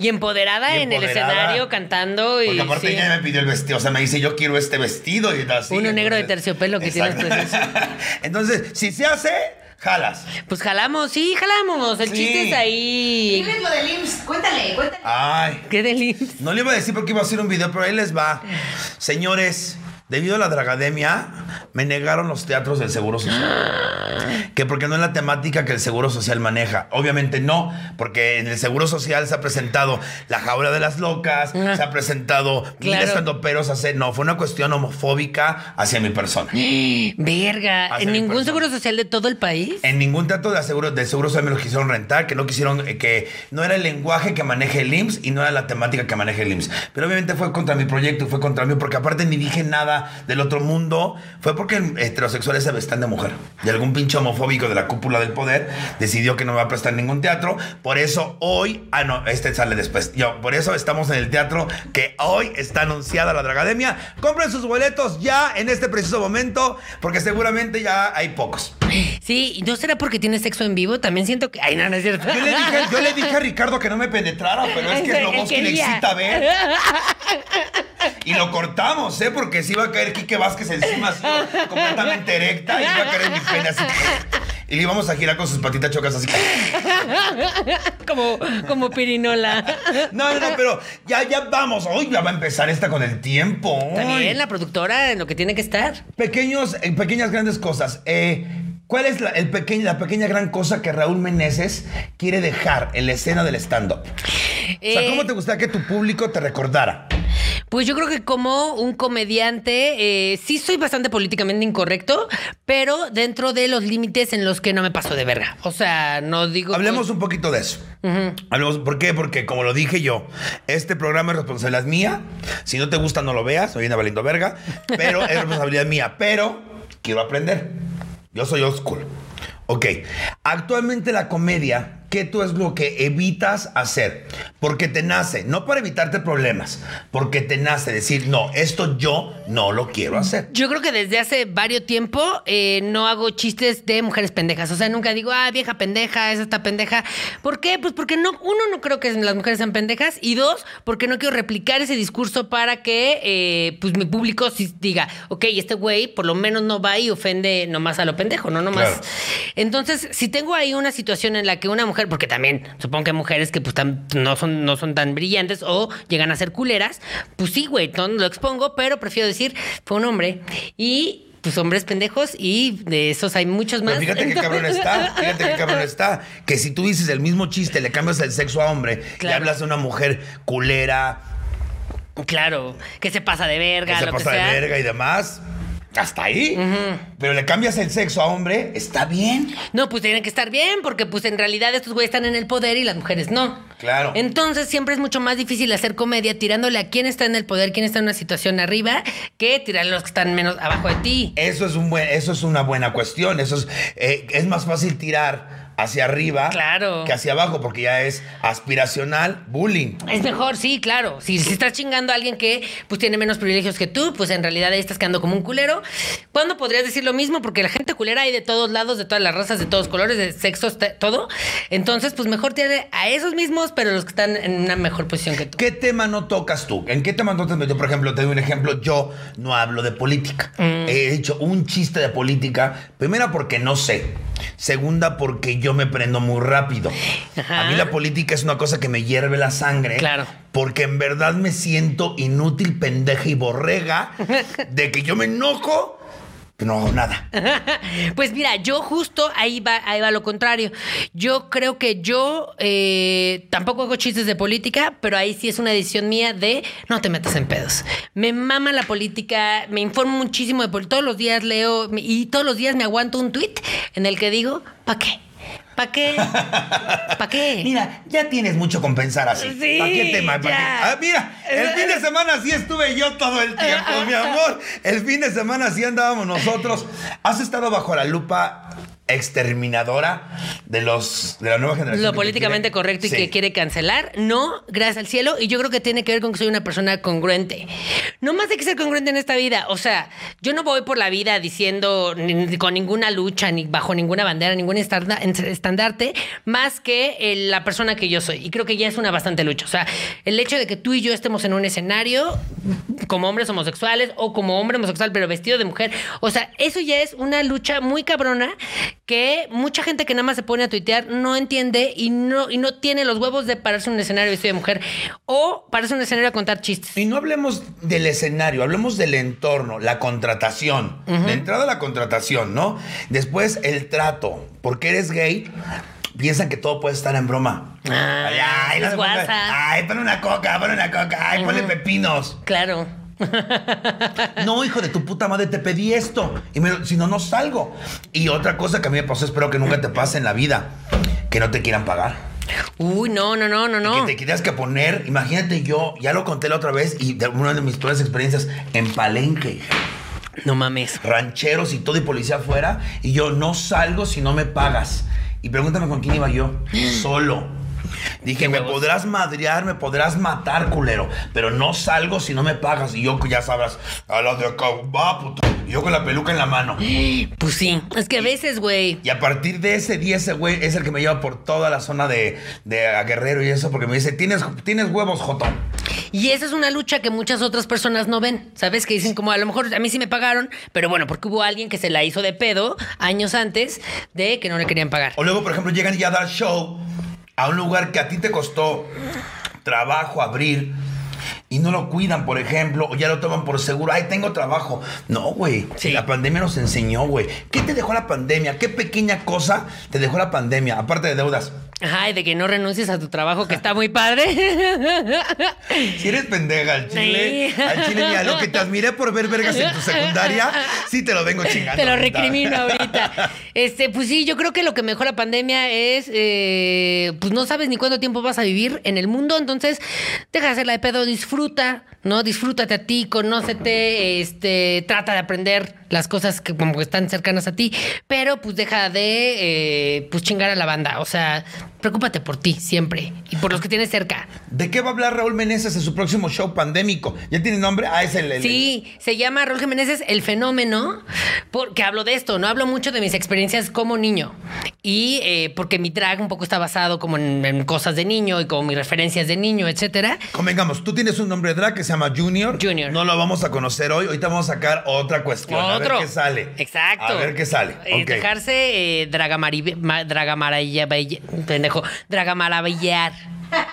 Y empoderada,
Y
en el
empoderada.
escenario cantando y
Porque aparte
sí.
ella me pidió el vestido. O sea, me dice, yo quiero este vestido y así.
Uno negro de
Entonces-
terciopelo que tienes
Exacto. (laughs) Entonces, si se hace, jalas.
Pues jalamos, sí, jalamos. El
Sí.
chiste es ahí.
Dime lo del IMSS. Cuéntale, cuéntale.
Ay.
Qué delicia.
No le iba a decir porque iba a hacer un video, pero ahí les va. Señores, debido a la dragademia, me negaron los teatros del Seguro Social. Que porque no es la temática que el Seguro Social maneja. Obviamente no, porque en el Seguro Social se ha presentado La Jaula de las Locas,
Ajá.
se ha presentado mil
Claro.
estandoperos hace... No, fue una cuestión homofóbica hacia mi persona.
Verga.
Hace
¿En
mi
ningún
persona.
seguro social de todo el país?
En ningún teatro de seguro, de seguro social me lo quisieron rentar, que no quisieron, eh, que no era el lenguaje que maneja el IMSS y no era la temática que maneja el IMSS. Pero obviamente fue contra mi proyecto y fue contra mí, porque aparte ni dije nada del otro mundo. Fue porque heterosexuales se vestían de mujer. De algún pinche homofóbico de la cúpula del poder decidió que no me va a prestar ningún teatro. Por eso hoy, ah, no, este sale después. Yo, por eso estamos en el teatro que hoy está anunciada la Dragademia. Compren sus boletos ya en este preciso momento, porque seguramente ya hay pocos.
Sí, ¿y no será porque tiene sexo en vivo? También siento que. Ay, no, no es cierto.
Yo le, dije, yo le dije a Ricardo que no me penetrara, pero es
(laughs)
que
Él
lo que le
quería.
excita ver. Y lo cortamos, ¿eh? Porque si iba a caer Quique Vázquez encima, así, completamente erecta, y iba a caer en mi pene así. Y le íbamos a girar con sus patitas chocas así.
(laughs) como, como pirinola.
No, no, no, pero ya, ya vamos. Hoy ya va a empezar esta con el tiempo. Ay.
También la productora en lo que tiene que estar.
Pequeños, eh, pequeñas grandes cosas. Eh, ¿Cuál es la, el pequeño- la pequeña gran cosa que Raúl Meneses quiere dejar en la escena del stand-up? o sea,
Eh,
¿cómo te gustaría que tu público te recordara?
Pues yo creo que como un comediante, eh, sí soy bastante políticamente incorrecto, pero dentro de los límites en los que no me paso de verga. O sea, no digo... pues,
Hablemos un poquito de eso. Hablemos, ¿Por qué? Porque, como lo dije yo, este programa es responsabilidad mía. Si no te gusta, no lo veas. Soy una valiendo verga. Pero es responsabilidad mía. Pero quiero aprender. Yo soy old school. Ok. Actualmente la comedia, ¿qué tú es lo que evitas hacer? Porque te nace, no para evitarte problemas, porque te nace decir, no, esto yo no lo quiero hacer.
Yo creo que desde hace varios tiempo eh, no hago chistes de mujeres pendejas. O sea, nunca digo, ah, vieja pendeja, esa está pendeja. ¿Por qué? Pues porque no, uno, no creo que las mujeres sean pendejas. Y dos, porque no quiero replicar ese discurso para que eh, pues mi público sí diga, ok, este güey por lo menos no va y ofende nomás a lo pendejo, no nomás.
Claro.
Entonces, si tengo ahí una situación en la que una mujer, porque también supongo que hay mujeres que pues tan- no, son, no son tan brillantes o llegan a ser culeras, pues sí, güey, no lo expongo, pero prefiero decir, fue un hombre. Y pues hombres pendejos y de esos hay muchos más.
Pero fíjate qué cabrón
(laughs)
está, fíjate qué cabrón está. Que si tú dices el mismo chiste, le cambias el sexo a hombre
Claro.
y hablas de una mujer culera,
Claro, que se pasa de
que
verga,
se
lo
pasa
que sea.
de verga y demás, hasta ahí. Pero le cambias el sexo a hombre, está bien.
No, pues tienen que estar bien, porque pues en realidad estos güeyes están en el poder y las mujeres no.
Claro.
Entonces siempre es mucho más difícil hacer comedia tirándole a quién está en el poder, quién está en una situación arriba, que tirarle a los que están menos abajo de ti.
Eso es, un buen, eso es una buena cuestión. Eso es, eh, es más fácil tirar hacia arriba
Claro.
que hacia abajo, porque ya es aspiracional bullying.
Es mejor, sí, claro. Si, si estás chingando a alguien que pues tiene menos privilegios que tú, pues en realidad ahí estás quedando como un culero. ¿Cuándo podrías decir lo mismo? Porque la gente culera hay de todos lados, de todas las razas, de todos colores, de sexos, te- todo. Entonces, pues mejor tirarle a esos mismos, pero los que están en una mejor posición que tú.
¿Qué tema no tocas tú? ¿En qué tema no te metes? Por ejemplo, te doy un ejemplo. Yo no hablo de política.
Mm.
He hecho un chiste de política. Primera, porque no sé. Segunda, porque yo me prendo muy rápido.
Ajá.
A mí la política es una cosa que me hierve la sangre.
Claro.
Porque en verdad me siento inútil, pendeja y
(laughs)
borrega de que yo me enojo, pero no hago nada.
Pues mira, yo justo ahí va, ahí va lo contrario. Yo creo que yo eh, tampoco hago chistes de política, pero ahí sí es una decisión mía de no te metas en pedos. Me mama la política, me informo muchísimo de política. Todos los días leo y todos los días me aguanto un tweet en el que digo, ¿pa' qué? ¿Pa' qué? ¿Pa' qué?
Mira, ya tienes mucho compensar así.
Sí,
¿Para qué tema? ¿Pa'
ya.
qué? Ah, mira, el fin
(laughs)
de semana sí estuve yo todo el tiempo, mi amor. El fin de semana sí andábamos nosotros. ¿Has estado bajo la lupa exterminadora de los de la nueva generación?
Lo
que
políticamente
quiere?
correcto y
Sí.
que quiere cancelar. No, gracias al cielo. Y yo creo que tiene que ver con que soy una persona congruente. No más hay que ser congruente en esta vida. O sea, yo no voy por la vida diciendo ni- ni con ninguna lucha, ni bajo ninguna bandera, ningún estarda- en- estandarte, más que eh, la persona que yo soy. Y creo que ya es una bastante lucha. O sea, el hecho de que tú y yo estemos en un escenario como hombres homosexuales o como hombre homosexual, pero vestido de mujer. O sea, eso ya es una lucha muy cabrona que mucha gente que nada más se pone a tuitear no entiende y no, y no tiene los huevos de pararse en un escenario vestido de mujer o pararse en un escenario a contar chistes.
Y no hablemos del escenario, hablemos del entorno, la contratación. De entrada la contratación, ¿no? Después el trato. Porque eres gay, piensan que todo puede estar en broma.
Ah,
ay, no
es
se ponga-
WhatsApp.
ay, pon una coca, pon una coca, ay, ponle pepinos.
Claro.
No, hijo de tu puta madre, te pedí esto. Y me lo- si no, no salgo. Y otra cosa que a mí me pasó, espero que nunca te pase en la vida, que no te quieran pagar.
Uy, no, no, no, no, no.
Que te quieras que poner, imagínate yo, ya lo conté la otra vez y de una de mis peores experiencias en Palenque,
No mames.
rancheros y todo y policía afuera, y yo no salgo si no me pagas. Y pregúntame con quién iba yo, solo. Dije, me
huevos.
podrás madrear, me podrás matar, culero, pero no salgo si no me pagas. Y yo ya sabrás, a la de acá, va, puto. Y yo con la peluca en la mano.
Pues sí. Es que a veces, güey.
Y a partir de ese día, ese güey es el que me lleva por toda la zona de, de a Guerrero y eso, porque me dice, tienes, tienes huevos, Jotón.
Y esa es una lucha que muchas otras personas no ven, ¿sabes? Que dicen como a lo mejor a mí sí me pagaron, pero bueno, porque hubo alguien que se la hizo de pedo años antes de que no le querían pagar.
O luego, por ejemplo, llegan ya a dar show a un lugar que a ti te costó trabajo abrir. y no lo cuidan, por ejemplo, o ya lo toman por seguro. Ay, tengo trabajo. No, güey.
Sí.
La pandemia nos enseñó, güey. ¿Qué te dejó la pandemia? ¿Qué pequeña cosa te dejó la pandemia? Aparte de deudas.
Ay, de que no renuncies a tu trabajo, que está muy (laughs) padre.
Si eres pendeja al chile,
Sí.
al chile, mira, lo que te admiré por ver vergas en tu secundaria, sí te lo vengo chingando.
Te lo
ahorita.
recrimino ahorita. Este, pues sí, yo creo que lo que mejor la pandemia es, eh, pues no sabes ni cuánto tiempo vas a vivir en el mundo, entonces deja de hacerla de pedo, disfruta, ¿no? Disfrútate a ti, conócete, este, trata de aprender las cosas que como que están cercanas a ti, pero pues deja de, eh, pues chingar a la banda, o sea, preocúpate por ti siempre y por los que tienes cerca.
¿De qué va a hablar Raúl Meneses en su próximo show pandémico? ¿Ya tiene nombre? Ah, es el. el-
Sí, se llama Raúl Jiménez es El Fenómeno, porque hablo de esto, no hablo mucho de mis experiencias como niño. Y eh, porque mi drag un poco está basado como en, en cosas de niño y como mis referencias de niño, etcétera.
Convengamos, tú tienes un nombre drag que se llama Junior.
Junior.
No lo vamos a conocer hoy. Ahorita vamos a sacar otra cuestión. A ver qué sale.
Exacto.
A ver qué sale.
Eh,
Ok.
Dejarse eh, dragamari- ma- dragamaraya- bella- pendejo,
(laughs)
dragamaravillar.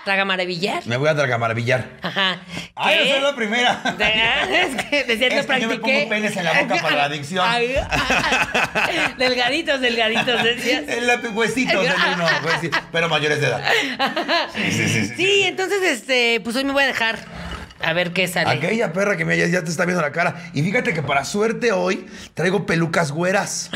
Dragamaravillar.
Me voy a dragamaravillar.
Ajá.
Ay, Ah,
¿Qué?
esa es la primera.
De- (laughs) es que decía,
Es
no
que yo me
practiqué.
pongo penes en la boca
(laughs)
para la adicción.
Ay, ay, delgaditos,
(laughs)
delgaditos, decías.
El lápiz huesito del uno, huesito, pues pero mayores de edad. Sí, sí, sí. sí.
Sí, entonces, este, pues hoy me voy a dejar a ver qué sale.
Aquella perra que me ya, ya te está viendo la cara. Y fíjate que para suerte hoy traigo pelucas güeras.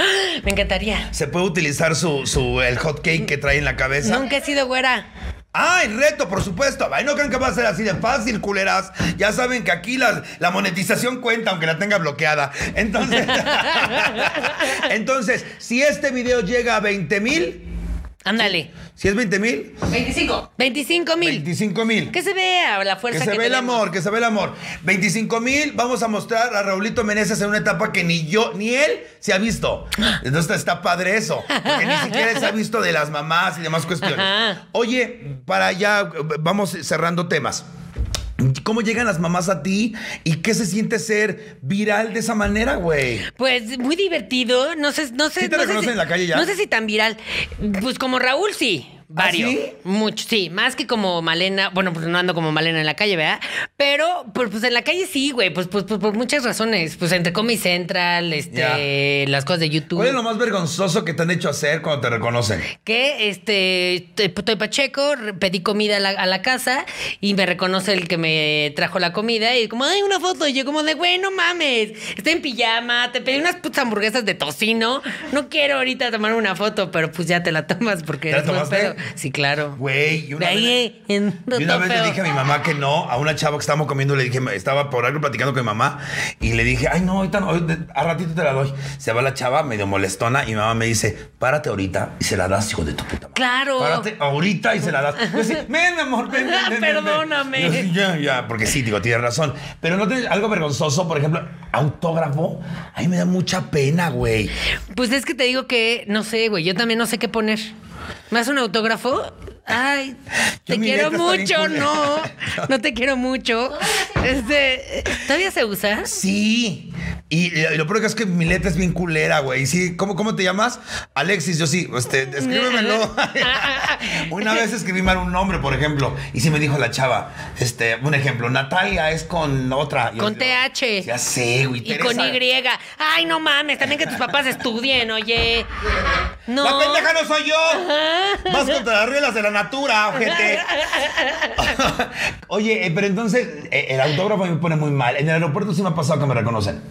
Me encantaría.
Se puede utilizar su, su el hot cake que trae en la cabeza.
Nunca he sido güera.
¡Ay, Ah, reto, por supuesto! Ay, no crean que va a ser así de fácil, culeras. Ya saben que aquí las- la monetización cuenta, aunque la tenga bloqueada. Entonces, (laughs) entonces si este video llega a 20 mil,
Ándale.
si es 20 mil,
25.
25 mil.
25 mil.
Que se vea la
Que
fuerza que,
se ve el
tenemos.
amor, que se ve el amor. 25 mil, vamos a mostrar a Raulito Meneses en una etapa que ni yo, ni él se ha visto. Entonces está padre eso, porque ni siquiera él se ha visto de las mamás y demás cuestiones.
Ajá.
Oye, para ya, eh, vamos cerrando temas. ¿Cómo llegan las mamás a ti y qué se siente ser viral de esa manera, güey?
Pues muy divertido. No sé, no sé.
¿Sí te
no sé
reconocen
si-
en la calle ya? ¿Ah,
No sé si tan viral. Pues como Raúl, sí. Varios.
sí?
Mucho, sí. Más que como Malena. Bueno, pues no ando como Malena en la calle, ¿verdad? Pero, pues, pues, en la calle sí, güey. Pues, pues, pues, por muchas razones. Pues entre Comedy Central, este, las cosas de YouTube.
¿Cuál es lo más vergonzoso que te han hecho hacer cuando te reconocen?
que este estoy pacheco, re- pedí comida a la, a la casa y me reconoce el que me trajo la comida y como, ay, una foto. Y yo como de, güey, no mames, estoy en pijama, te pedí unas putas hamburguesas de tocino. No quiero ahorita tomar una foto, pero pues ya te la tomas porque
¿Te la
eres buen
tomaste?
pedo. Sí, claro.
Güey, y una
De
vez-
ahí, en-
Y una
todo
vez le
feo.
dije a mi mamá que no, a una chava que estábamos comiendo, le dije, estaba por algo platicando con mi mamá, y le dije, ay, no, ahorita, no, ahorita- a ratito te la doy. Se va la chava, medio molestona, y mi mamá me dice, párate ahorita y se la das, hijo de tu puta madre.
Claro.
Párate ahorita y se la das. Yo así, ven, amor, ven, ven, ven, ven, ven".
Perdóname.
Yo así, ya, ya, porque sí, digo, tienes razón. Pero no tienes algo vergonzoso, por ejemplo, autógrafo, a mí me da mucha pena, güey.
Pues es que te digo que, no sé, güey, yo también no sé qué poner. ¿Me haces un autógrafo? Ay,
Yo
te
mi
quiero
letra está
mucho,
bien (laughs)
no.
culera.
No te quiero mucho. Este, ¿Todavía se usa?
Sí. Y, y lo peor que es que mi letra es bien culera, güey. Sí, ¿cómo, ¿cómo te llamas? Alexis, yo sí, este,
(laughs)
escríbemelo.
Ah,
Una vez escribí mal un nombre, por ejemplo, y sí me dijo la chava, este, un ejemplo, Natalia es con otra. Y yo
Con
digo,
TH.
Ya sé, güey.
Y con
Teresa.
Y. Ay, no mames, también que tus papás estudien, oye. No.
La pendeja no soy
(laughs)
yo. Vas contra las reglas de la natura, ojete. Oye, eh, pero entonces eh, el autógrafo me pone muy mal. En el aeropuerto sí me ha pasado que me reconocen.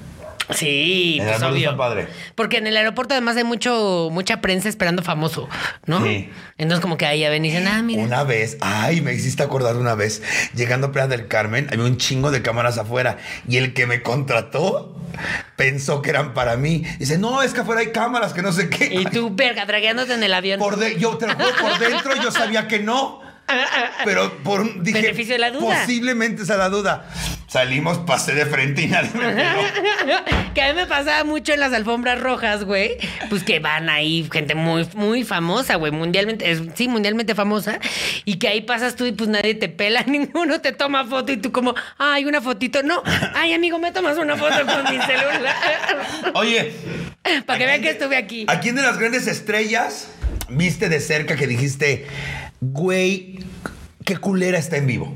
Sí,
En el
pues
aeropuerto
obvio.
está padre.
Porque en el aeropuerto además hay mucho, mucha prensa esperando famoso, ¿no?
Sí.
Entonces como que ahí ya ven y dicen, ah, mira.
Una vez, ay, me hiciste acordar una vez, llegando a Playa del Carmen, había un chingo de cámaras afuera y el que me contrató pensó que eran para mí. Dice, no, es que afuera hay cámaras, que no sé qué.
Y tú, verga, dragueándote en el
(laughs)
avión.
Por de- yo te lo juro, por dentro yo sabía que no.
(laughs)
Pero por un dije,
Beneficio de la duda.
posiblemente sea la duda. Salimos, pasé de frente y nadie me
(laughs)
peló.
que a mí me pasaba mucho en las alfombras rojas, güey. Pues que van ahí gente muy, muy famosa, güey. Mundialmente, es- sí, mundialmente famosa. Y que ahí pasas tú y pues nadie te pela, (laughs) ninguno te toma foto y tú como, ay, una fotito. No, ay, amigo, me tomas una foto con mi celular. (laughs)
Oye,
Para que vean que estuve aquí.
¿a quién de las grandes estrellas viste de cerca que dijiste, güey, qué culera está en vivo?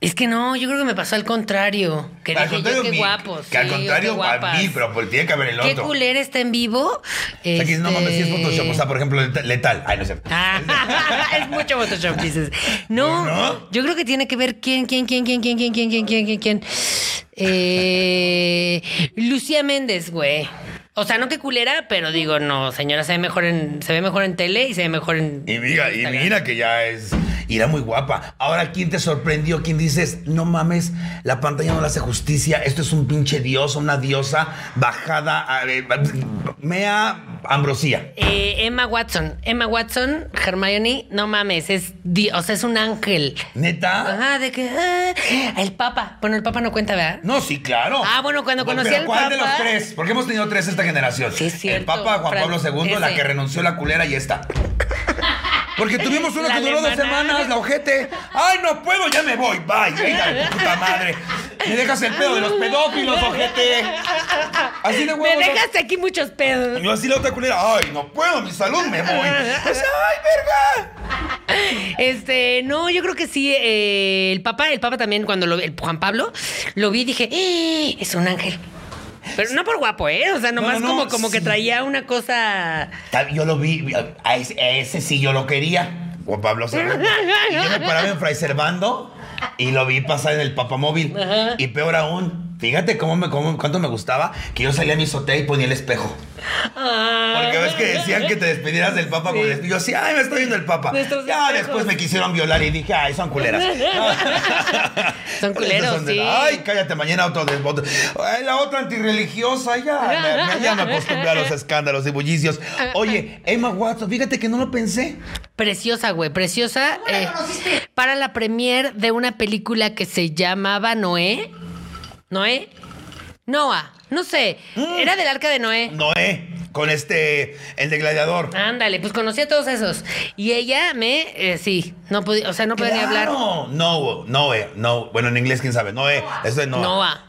Es que no, yo creo que me pasó al contrario. Que
Al
dije, yo,
contrario,
qué
mi-
guapos.
Que al
sí, yo, qué
contrario, a
guapas.
mí, pero porque tiene que haber el
Qué
otro.
culera está en vivo.
O sea, que no mames, si es
Este-
Photoshop. O sea, por ejemplo, leta- letal. Ay, no es cierto.
Ah, (laughs) es mucho Photoshop, dices. No,
¿No?
yo creo que tiene que ver quién, quién, quién, quién, quién, quién, quién, quién, quién, quién, quién. Eh, Lucía Méndez, güey. O sea, no que culera, pero digo, no, señora, se ve mejor en, se ve mejor en tele y se ve mejor en.
Y mira, y
Instagram.
mira que ya es. Y era muy guapa. Ahora, ¿quién te sorprendió? ¿Quién dices, no mames, la pantalla no le hace justicia? Esto es un pinche dios, una diosa bajada. a- eh, mea ambrosía.
Eh, Emma Watson, Emma Watson, Hermione, no mames, es, di- o sea, es un ángel.
¿Neta?
Ajá, de que ah, el Papa. Bueno, el Papa no cuenta, ¿verdad?
No, sí, claro.
Ah, bueno, cuando
Pero
conocí al
¿cuál de los
Papa?
tres? Porque hemos tenido tres esta generación.
Sí, es cierto.
El Papa Juan
Fran-
Pablo II, la
ese.
que renunció la culera y esta.
(laughs)
Porque tuvimos una
La
que duró dos
alemana.
semanas, la ojete. Ay, no puedo, ya me voy. Bye,
(laughs)
venga, de tu puta madre. Me dejas el pedo de los pedófilos, ojete. Así de
Me
huevos.
dejaste aquí muchos pedos.
Y yo así la otra culera. Ay, no puedo, mi salud, me voy. O sea, ay, verga.
Este, no, yo creo que sí. eh, el Papa, el Papa también, cuando lo vi, el Juan Pablo, lo vi y dije, "Eh, es un ángel. Pero no por guapo, ¿eh? O sea,
No,
nomás
no, no,
como, como que
sí.
traía una cosa.
Tal- Yo lo vi, a- a ese, a ese sí yo lo quería. Juan Pablo II. Y yo me paraba en Fray Servando y lo vi pasar en el papamóvil. Y peor aún, fíjate cómo me, cómo- cuánto me gustaba que yo salía a mi sotea y ponía el espejo. Porque ves que decían que te despidieras del papa con el espejo. Yo así, ay, me está viendo el papa.
Nuestros
Ya
espejos.
después me quisieron violar y dije, ay, son culeras.
(laughs)
(laughs)
Son culeros,
Estos son de-
sí.
Ay, cállate, mañana otro desbote. Ay, la otra antirreligiosa, ya. Me, me- ya me acostumbré a los escándalos y bullicios. Oye, Emma Watson, fíjate que no lo pensé.
Preciosa, güey, preciosa.
¿Cómo la
eh,
conociste?
para la premier de una película que se llamaba Noé. ¿Noé? Noah, no sé.
Mm.
Era del arca de Noé.
Noé, con este, el de gladiador.
Ándale, pues conocí a todos esos. Y ella me, eh, sí, no podía, o sea, no podía ni hablar.
No, no, Noé, no. Bueno, en inglés, quién sabe. Noé, eso es Noah.
Noah.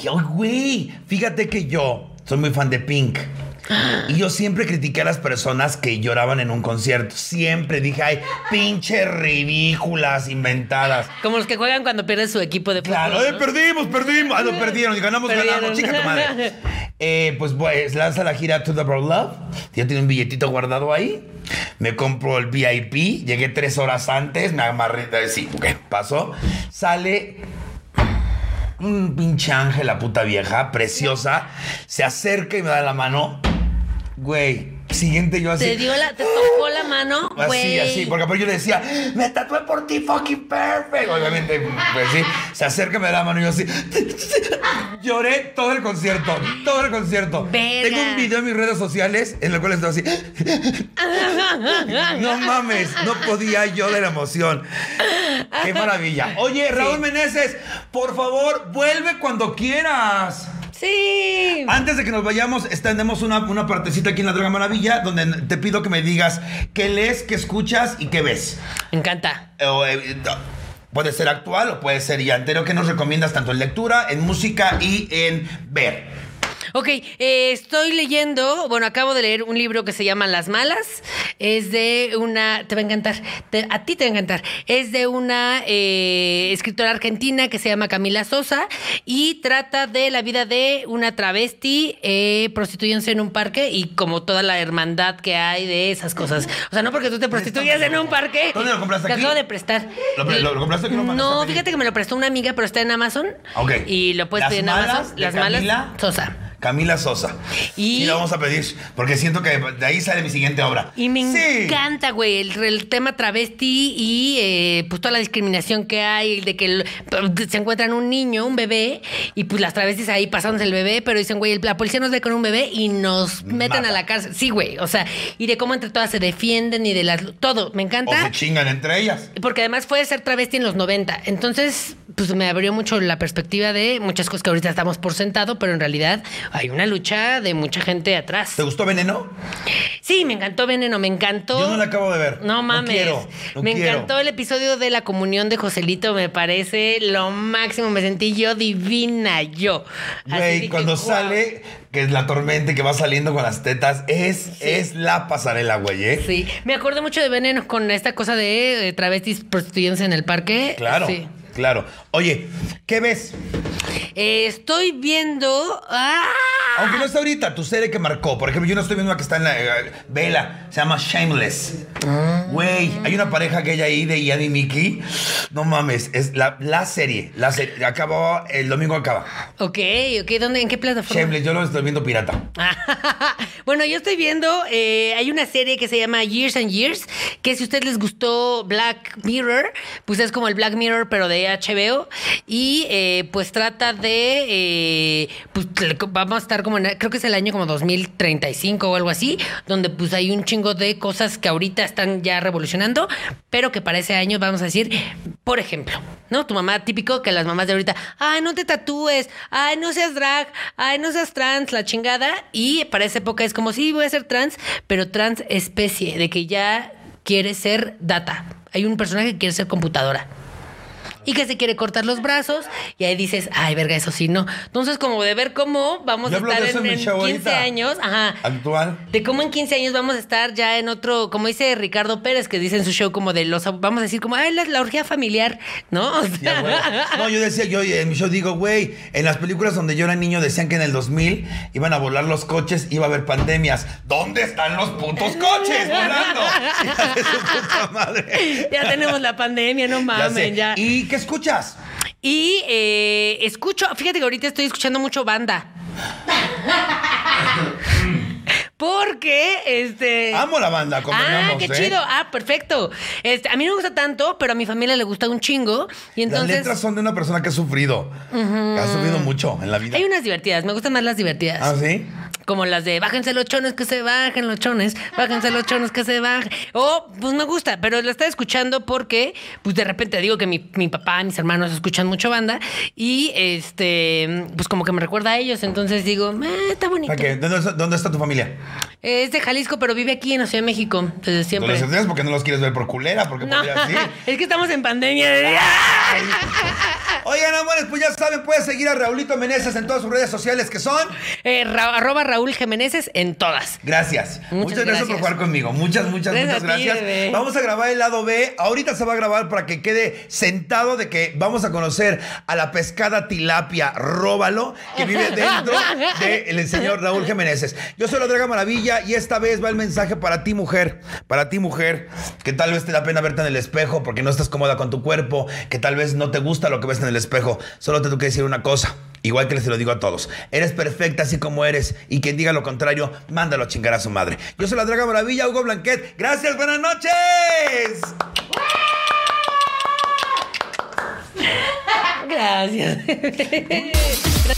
Y, ay, güey, fíjate que yo soy muy fan de Pink. Y yo siempre critiqué a las personas que lloraban en un concierto. Siempre dije, ay, pinche ridículas inventadas.
Como los que juegan cuando pierden su equipo de fútbol.
Claro, eh,
¿no?
perdimos, perdimos. Ah, no, perdieron, y ganamos,
Perdieron.
ganamos. Chica tu madre.
(laughs)
Eh, pues, pues lanza la gira To The Bro Love. Yo tenía un billetito guardado ahí. Me compro el VIP. Llegué tres horas antes. Me amarré. eh, Sí, ok, pasó. Sale un pinche ángel, la puta vieja, preciosa. Se acerca y me da la mano. Güey, siguiente yo así.
Te dio la, te tocó la mano,
Así,
güey.
así, porque aparte yo le decía, me tatué por ti, fucking perfect. Obviamente, pues sí, se acerca, me da la mano y yo así. (laughs) Lloré todo el concierto, todo el concierto.
Verga.
Tengo un video en mis redes sociales en el cual estoy así. (laughs) No mames, no podía yo de la emoción. Qué maravilla. Oye, Raúl Meneses, por favor, vuelve cuando quieras.
(laughs) Sí.
Antes de que nos vayamos, tenemos una, una partecita aquí en La Draga Maravilla donde te pido que me digas qué lees, qué escuchas y qué ves.
Me encanta.
O, eh, no, puede ser actual o puede ser ya anterior. ¿Qué nos recomiendas tanto en lectura, en música y en ver?
Ok, eh, estoy leyendo, bueno, acabo de leer un libro que se llama Las Malas. Es de una, te va a encantar, te- a ti te va a encantar. Es de una eh, escritora argentina que se llama Camila Sosa y trata de la vida de una travesti eh, prostituyéndose en un parque y como toda la hermandad que hay de esas cosas. O sea, no porque tú te prostituyas en un parque.
¿Dónde lo compraste
Te
aquí?
acabo de prestar.
¿Lo pre- lo- lo compraste aquí o lo mandaste a
No,
pedir?
fíjate que me lo prestó una amiga, pero está en Amazon.
Ok.
Y lo puedes
Las
pedir en
malas
Amazon.
de
Las malas.
Camila
Sosa.
Camila Sosa.
Y-
la vamos a pedir, porque siento que de ahí sale mi siguiente obra.
Y me
Sí.
encanta, güey, el, el tema travesti y eh, pues toda la discriminación que hay, de que el- se encuentran un niño, un bebé, y pues las travestis ahí pasándose el bebé, pero dicen, güey, el- la policía nos ve con un bebé y nos meten
Mata.
a la cárcel. Sí, güey, o sea, y de cómo entre todas se defienden y de las... Todo, me
O
encanta.
se chingan entre ellas.
Porque además fue ser travesti en los 90. Entonces, pues me abrió mucho la perspectiva de muchas cosas que ahorita estamos por sentado, pero en realidad hay una lucha de mucha gente atrás.
¿Te gustó Veneno?
Sí, me encantó Veneno, me encantó.
Yo no la acabo de ver.
No mames.
quiero, no
me
quiero.
encantó el episodio de la comunión de Joselito, me parece lo máximo. Me sentí yo divina, yo. Así
Güey,
dije,
cuando
"Guau".
sale, que es la tormenta y que va saliendo con las tetas, es, es la pasarela, güey, ¿eh?
Sí, me acuerdo mucho de Veneno con esta cosa de eh, travestis prostituyéndose en el parque.
Claro.
Sí.
Claro. Oye, ¿qué ves?
Eh, estoy viendo. ¡Ah!
Aunque no está ahorita, tu serie que marcó. Por ejemplo, yo no estoy viendo una que está en la. eh, Vela, se llama Shameless. Güey, hay una pareja que hay ahí de Ian y Mickey. No mames, es la, la serie. La serie. Acabó, el domingo acaba.
Ok, ok. ¿Dónde, ¿En qué plataforma?
Shameless, yo lo estoy viendo pirata.
(laughs) bueno, yo estoy viendo, eh, hay una serie que se llama Years and Years, que si a ustedes les gustó Black Mirror, pues es como el Black Mirror, pero de HBO, y eh, pues trata de, eh, pues le- vamos a estar como, en, creo que es el año como 2035 o algo así, donde pues hay un chingo de cosas que ahorita están ya revolucionando, pero que para ese año vamos a decir, por ejemplo, ¿no? Tu mamá típico que las mamás de ahorita, ay, no te tatúes, ay, no seas drag, ay, no seas trans, la chingada. Y para esa época es como, sí, voy a ser trans, pero trans especie, de que ya quiere ser data. Hay un personaje que quiere ser computadora. Y que se quiere cortar los brazos, y ahí dices, ay, verga, eso sí, no. Entonces, como de ver cómo vamos
Yo
a
hablo de
estar
eso
en,
en mi
en 15
show ahorita.
años, ajá,
Actual.
de cómo en 15 años vamos a estar ya en otro, como dice Ricardo Pérez, que dice en su show como de los, vamos a decir como, ay, la, la orgía familiar, ¿no? O
Ya,
sea,
güey. No, yo decía, yo en mi show digo, güey, en las películas donde yo era niño decían que en el 2000 iban a volar los coches, iba a haber pandemias. ¿Dónde están los putos coches
(laughs)
volando? (laughs) Hija de su puta madre.
(laughs) ya tenemos la pandemia,
Ya
no
sé.
mamen, ya. Y,
¿Y qué escuchas?
eh, escucho, fíjate que ahorita estoy escuchando mucho banda. (laughs) Porque, este...
Amo la banda,
Ah,
convengamos,
qué
¿eh?
chido. Ah, perfecto. Este, a mí no me gusta tanto, pero a mi familia le gusta un chingo. Y entonces...
Las letras son de una persona que ha sufrido. Que ha sufrido mucho en la vida.
Hay unas divertidas, me gustan más las divertidas.
¿Ah, sí?
Como las de bájense los chones que se bajen los chones, bájense los chones que se bajen. O, pues me gusta, pero la estaba escuchando porque, pues de repente digo que mi, mi papá, mis hermanos escuchan mucho banda y este, pues como que me recuerda a ellos, entonces digo, "Ah, está bonito.
Ok, ¿Dónde, está- dónde está tu familia?
Es de Jalisco, pero vive aquí en la Ciudad de México desde
No les
siempre.
entiendes porque no los quieres ver por culera, porque
No,
podría así.
(laughs) es que estamos en pandemia.
Oigan, amores, pues ya saben, puedes seguir a Raulito Meneses en todas sus redes sociales que son.
Eh, Ra- arroba Raúl Jiménez en todas.
Gracias. Muchas, gracias. por
gracias.
jugar conmigo. Muchas, muchas,
Gracias
muchas
a ti,
gracias.
bebé.
vamos a grabar el lado B. Ahorita se va a grabar para que quede sentado de que vamos a conocer a la pescada tilapia, róbalo, que vive dentro del señor Raúl Jiménez. Yo soy la Draga Maravilla y esta vez va el mensaje para ti, mujer. Para ti, mujer, que tal vez te da pena verte en el espejo porque no estás cómoda con tu cuerpo, que tal vez no te gusta lo que ves en el espejo. Solo te tengo que decir una cosa. Igual que les lo digo a todos, eres perfecta así como eres y quien diga lo contrario, mándalo a chingar a su madre. Yo soy la Draga Maravilla, Hugo Blanquet. Gracias, buenas noches.
Gracias. Gracias.